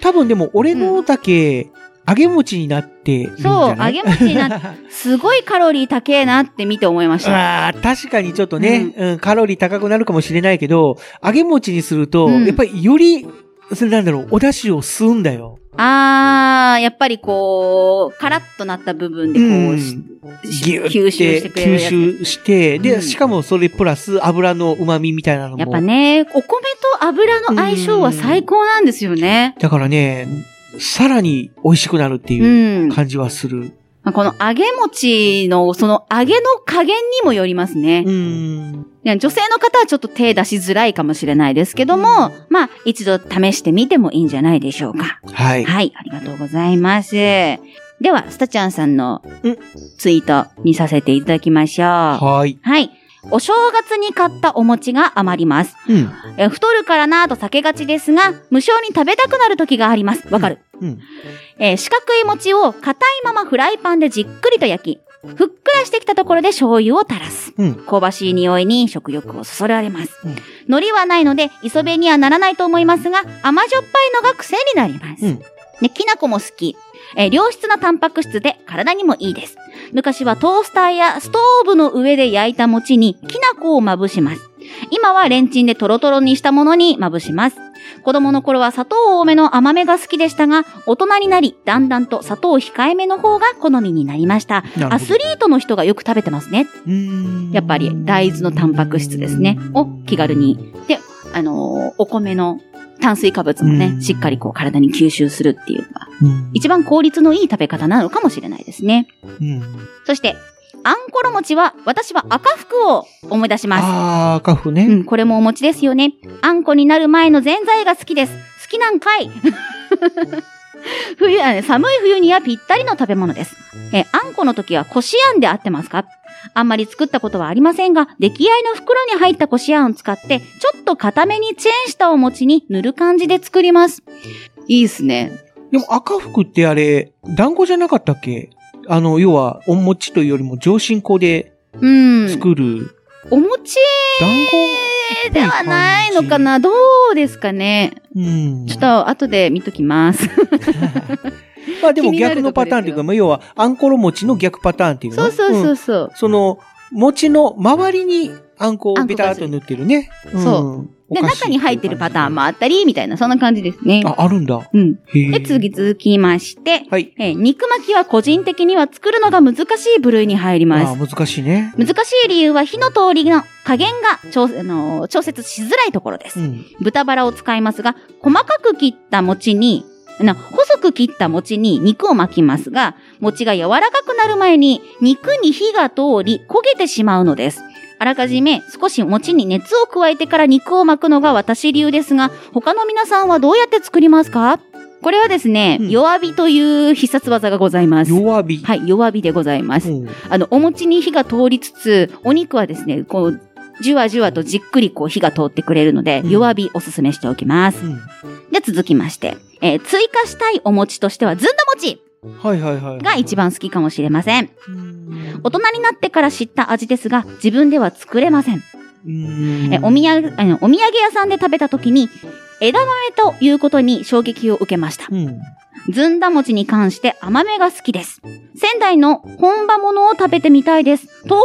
S3: 多分でも俺のだけ、揚げ餅になっているんじ
S2: そう、
S3: ゃ
S2: 揚
S3: ない
S2: げ餅になって、すごいカロリー高えなって見て思いました。
S3: <laughs> ああ、確かにちょっとね、うんカロリー高くなるかもしれないけど、揚げ餅にすると、
S2: うん
S3: やっぱりより、それなんだろう、お出汁を吸うんだよ。
S2: あー、やっぱりこう、カラッとなった部分でこう、
S3: うん
S2: し
S3: ぎゅー
S2: 吸収してくれる
S3: 吸
S2: やつ。
S3: 収して、
S2: う
S3: で、
S2: ん
S3: しかもそれプラス油の旨味みたいなのも。
S2: やっぱね、お米と油の相性は最高なんですよね。
S3: だからね、さらに美味しくなるって
S2: う。
S3: いうん感じはする。
S2: まあこの揚げ餅の、その揚げの加減にもよりますね。
S3: う
S2: い
S3: ん。
S2: や女性の方はちょっと手出しづらいかもしれないですけども、まあ、一度試してみてもいいんじゃないでしょうか。
S3: はい。
S2: はい、ありがとうございます。では、スタちゃんさんの
S3: うん
S2: ツイートにさせていただきましょう。は
S3: はい。
S2: い。お正月に買ったお餅が余ります。
S3: うん。
S2: え太るからなぁと避けがちですが、無性に食べたくなる時があります。わかる、
S3: うん。
S2: えー四角い餅を硬いままフライパンでじっくりと焼き、ふっくらしてきたところで醤油を垂らす。
S3: うん
S2: 香ばしい匂いに食欲をそそられます。
S3: うん
S2: 海苔はないので、磯辺にはならないと思いますが、甘じょっぱいのが癖になります。
S3: うん
S2: ね、きな粉も好き。えー良質なタンパク質で体にもいいです。昔はトースターやストーブの上で焼いた餅にきな粉をまぶします。今はレンチンでトロトロにしたものにまぶします。子供の頃は砂糖多めの甘めが好きでしたが、大人になり、だんだんと砂糖控えめの方が好みになりました。
S3: なる
S2: ア
S3: ほ
S2: ス
S3: ど
S2: リートの人がよく食べてますね。
S3: うん
S2: やっぱり大豆のタンパク質ですね。を気軽に。で、あのーお米の炭水化物も
S3: う
S2: ね、
S3: ん
S2: しっかりこう体に吸収するっていうのが、
S3: うん
S2: 一番効率のいい食べ方なのかもしれないですね。
S3: うん。
S2: そして、あんころ餅は、私は赤福を思い出します。
S3: ああ、カフ
S2: う
S3: ね。
S2: ん、これもお餅ですよね。あんこになる前のぜんざいが好きです。好きなんかい。冬、あ寒い冬にはぴったりの食べ物です。えー、あんこの時はこしあんで合ってますかあんまり作ったことはありませんが、出来合いの袋に入ったこしあんを使って、ちょっと固めにチェーンしたお餅に塗る感じで作ります。いいですね。
S3: でも赤福ってあれ、団子じゃなかったっけあの、要は、お餅というよりも上新粉で
S2: うん。
S3: 作る、
S2: お餅
S3: 団子
S2: ではないのかなどうですかね
S3: うん。
S2: ちょっと後で見ときます。
S3: <laughs> まあでも
S2: 気になる
S3: 逆のパターンという
S2: とこですよ
S3: か、まあ要は、あんころ餅の逆パターンっていうの
S2: そうそうそ
S3: ん
S2: うそう。
S3: その、餅の周りにあんこ
S2: あん
S3: を
S2: こ
S3: ベターっと塗ってるね。
S2: そ
S3: ん
S2: で、
S3: お菓子
S2: 中に入ってるパターンもあ
S3: っ
S2: ったり、みたいな、そんな感じですね
S3: て。あ、あるんだ。
S2: うん。
S3: へえ
S2: で、次。続きまして、
S3: はい。
S2: えー肉巻きは個人的には作るのが難しい部類に入り
S3: ああ、
S2: ます。
S3: 難しいね。
S2: 難しい理由は火の通りの加減が調,、あのー調節しづらいところです。
S3: うん。
S2: 豚バラを使いますが、細かく切った餅に、な細く切った餅に肉を巻きますが、餅が柔らかくなる前に肉に火が通り焦げてしまうのです。あらかじめ少し餅に熱を加えてから肉を巻くのが私流ですが、他の皆さんはどうやって作りますかこれはですね、
S3: うん
S2: 弱火という必殺技がございます。
S3: 弱火。
S2: はい、弱火でございます。
S3: うん
S2: あの、お餅に火が通りつつ、お肉はですね、こう、じわじわとじっくりこう火が通ってくれるので、
S3: うん
S2: 弱火おすすめしておきます。
S3: うん。
S2: で、続きまして、えー追加したいお餅としては、ずんだ餅
S3: はいはいはい。
S2: が一番好きかもしれません。
S3: うん、
S2: 大人になってから知った味ですが、自分では作れません。
S3: うん
S2: えお土産、あのお土産屋さんで食べた時に、枝豆ということに衝撃を受けました。
S3: うん。
S2: ずんだ餅に関して甘めが好きです。仙台の本場ものを食べてみたいです。東北ずん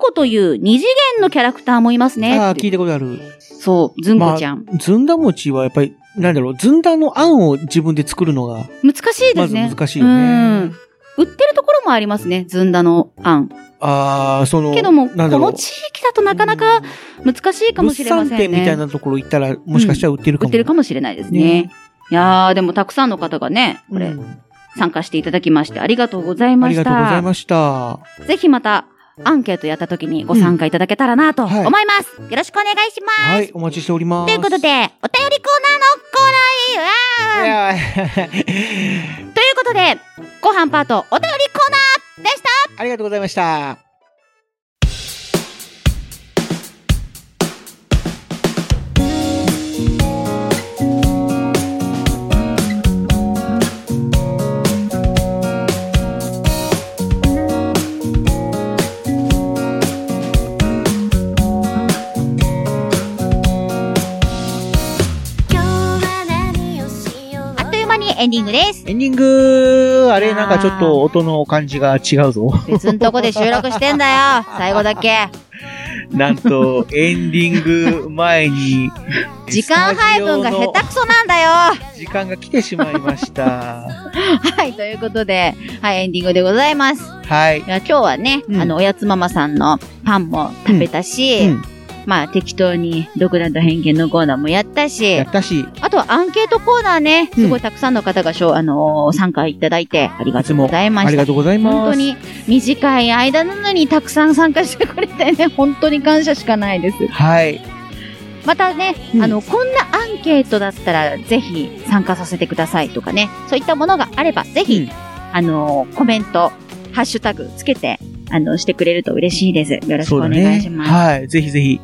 S2: こという二次元のキャラクターもいますね。
S3: ああ、
S2: って
S3: 聞いたことある。
S2: そう、ずんこちゃん。
S3: ずんだ餅はやっぱり、なんだろう、ずんだのあんを自分で作るのが、
S2: 難しいで
S3: ますず
S2: ね。
S3: 難しいよね。
S2: うん。売ってるところもありますね、ずんだの案。
S3: ああ、その、
S2: けども、こ
S3: なんだろう
S2: の地域だとなかなか難しいかもしれませんね。
S3: 物産展みたいなところ行ったら、もしかしたら売ってるか
S2: 売
S3: も。
S2: ってるかもしれないですね。
S3: ね
S2: いやー、でもたくさんの方がね、これ、
S3: うん
S2: 参加していただきまして、ありがとうござい
S3: あ
S2: ま
S3: り
S2: し
S3: がとうござい
S2: た。
S3: ました。
S2: ぜひまた、アンケートやった時にご参加いただけたらなと
S3: うん
S2: 思
S3: はい
S2: います、よろしくお願いします、
S3: はい、お待ちしておりま
S2: と
S3: す。
S2: いうことで、お便りコーナーのコーナー
S3: い
S2: いいわ
S3: や、
S2: ーということで、後半パート、お便りコーナーでした
S3: <laughs> ありがとうございました。
S2: あっという間にエンディングです。
S3: エンディング、あれ、なんかちょっと音の感じが違うぞ。
S2: 別んとこで収録してんだよ。
S3: <laughs>
S2: 最後だけ。
S3: なんと、エンディング前に、
S2: <laughs> 時間配分が下手くそなんだよ。は
S3: 手時間が来てしまい
S2: <laughs>
S3: ました。
S2: い、ということで、はい、エンディングでございます。
S3: はい
S2: い。や今日はね、
S3: うん
S2: あの、おやつママさんのパンも食べたし、
S3: うんうん
S2: まあ適当に独断と偏見のコーナーもやったし
S3: や、ったし、
S2: あとはアンケートコーナーね、
S3: うん
S2: すごいたくさんの方がしょう、あのー参加いただいてありがとうございま
S3: あ
S2: し
S3: り
S2: た。
S3: がとうございます。
S2: 本当に短い間なのにたくさん参加してくれてね、本当に感謝しかないです。
S3: はい。
S2: またね、
S3: うん
S2: あの、こんなアンケートだったらぜひ参加させてくださいとかね、そういったものがあればぜひ、
S3: うん
S2: あの、コメント、ハッシュタグつけて、あの、してくれると嬉しいです。よろしく
S3: そ
S2: お
S3: うだ
S2: 願いします。
S3: はい。ぜひぜひ、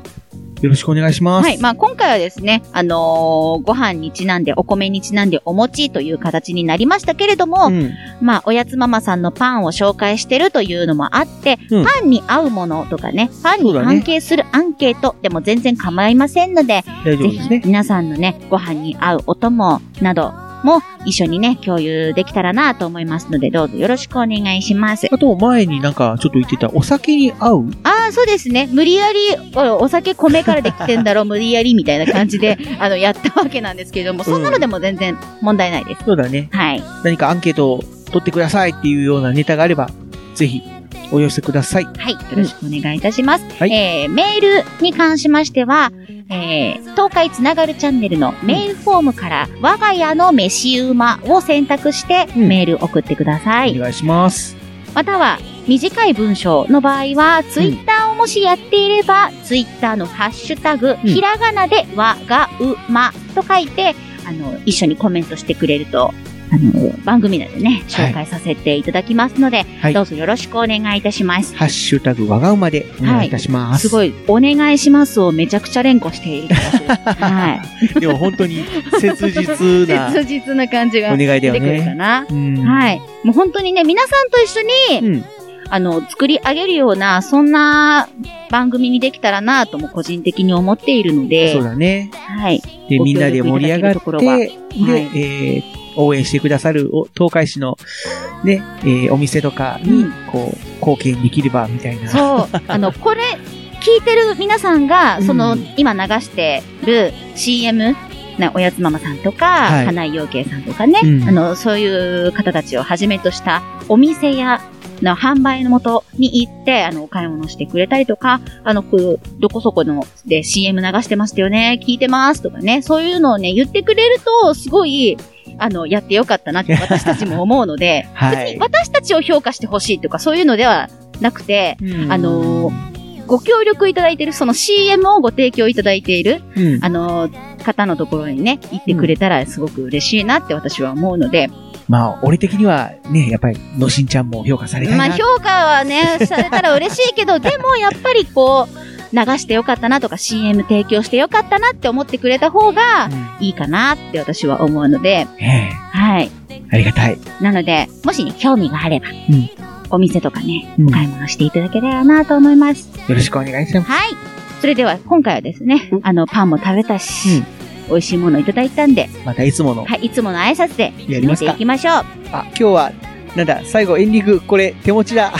S3: よろしくお願いします。
S2: はい。まあ、今回はですね、あのーご飯にちなんで、お米にちなんで、お餅という形になりましたけれども、
S3: うん。
S2: まあ、おやつママさんのパンを紹介してるというのもあって、
S3: うん
S2: パンに合うものとかね、パンに
S3: そうだね
S2: 関係するアンケートでも全然構いませんので、
S3: 大丈
S2: ぜ
S3: 夫です
S2: ひ
S3: ね。
S2: 皆さんのね、ご飯に合うお供なども一緒にね、共有できたらなと思いますので、どうぞよろしくお願いします。
S3: あと、前になんかちょっと言ってた、お酒に合う
S2: ああ、そうですね。無理やり、おお酒米からできてん
S3: <laughs>
S2: だろ、無理やりみたいな感じで、あの、やったわけなんですけれども、そんなのでも全然問題ないです。
S3: そうだね。
S2: はい。
S3: 何かアンケートを取ってくださいっていうようなネタがあれば、ぜひ、お寄せください。
S2: はい。よろしくお願いいたします。
S3: はい
S2: えー、メールに関しましては、えー、東海つながるチャンネルのメールフォームから、我が家の飯馬を選択して、
S3: うん
S2: メール送ってください。
S3: お願いします。
S2: または短い文章の場合は、ツイッターをもしやっていれば、ツイッターのハッシュタグ、ひらがなでわがうまと書いて、あの、一緒にコメントしてくれると、あの、番組内でね、紹介させていただきますので、
S3: はい
S2: どうぞよろしくお願いいたします。
S3: ハッシュタグ、わがうまでお願いいたします。
S2: すごい、お願いしますをめちゃくちゃ連呼している気がする。
S3: <laughs>
S2: はい。
S3: でも本当に切実
S2: <laughs>
S3: な
S2: 切実な感じが
S3: お願いだ
S2: 出
S3: よ
S2: てくるか
S3: ね。
S2: な。
S3: うん
S2: はい。もう本当にね、皆さんと一緒に、
S3: うん。
S2: あの、作り上げるような、そんな番組にできたらなとも個人的に思っているので
S3: そう、だね。
S2: はい。
S3: で、
S2: ご協力
S3: みんなで盛り上がっ
S2: いただけるとこ
S3: て、
S2: ろは
S3: で、えー応援してくださるお東海市の、ね、えーお店とかに、こう、貢献できれば、みたいな。
S2: そう、あの、これ、聞いてる皆さんが、その、
S3: うん
S2: 今流してる CM、なおやつママさんとか、
S3: はい
S2: 花井陽慶さんとかね、
S3: うん、
S2: あの、そういう方たちをはじめとしたお店や、の販売のもとに行って、あの、お買い物してくれたりとか、あの、こうどこそこので CM 流してましたよね、聞いてますとかね、そういうのをね、言ってくれると、すごい、あの、やってよかったなって私たちも思うので
S3: <laughs> はい
S2: 別に私たちを評価してほしいとか、そういうのではなくて、
S3: うん
S2: あのご協力いただいている、その CM をご提供いただいている、
S3: うん
S2: あのー方のところにね、行ってくれたらすごく嬉しいなって私は思うので、
S3: まあ、俺的には、ね、やっぱり、のしんちゃんも評価されたい
S2: ま
S3: な。 <laughs>
S2: あ評価はね、されたら嬉しいけど、でもやっぱりこう、流してよかったなとか CM 提供してよかったなって思ってくれた方がいいかなって私は思うので、
S3: え
S2: はい。
S3: えありがたい。
S2: なので、もしね、興味があれば、
S3: ん
S2: お店とかね、
S3: うん
S2: お買い物していただければなと思います。
S3: よろしくお願いします。
S2: はい。それでは今回はですね、あの、パンも食べたし、
S3: うん
S2: 美味しいものいただいたんで、
S3: またいつもの。
S2: はい、いつもの挨拶で、
S3: やり
S2: 締
S3: ま
S2: め
S3: す
S2: てい
S3: か
S2: きましょう。
S3: あ、今日は、なんだ、最後エンディング、これ、手持ちだ。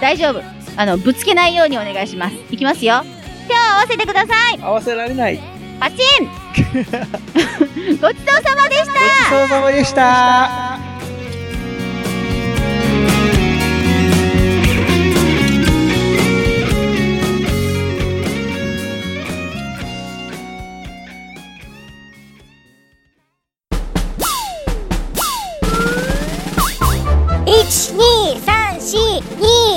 S2: 大丈夫。あの、ぶつけないようにお願いします。いきますよ。手を合わせてください。
S3: 合わせられない。
S2: パチンごちそうさまでした
S3: ごちそうさまでした。
S9: 1234223東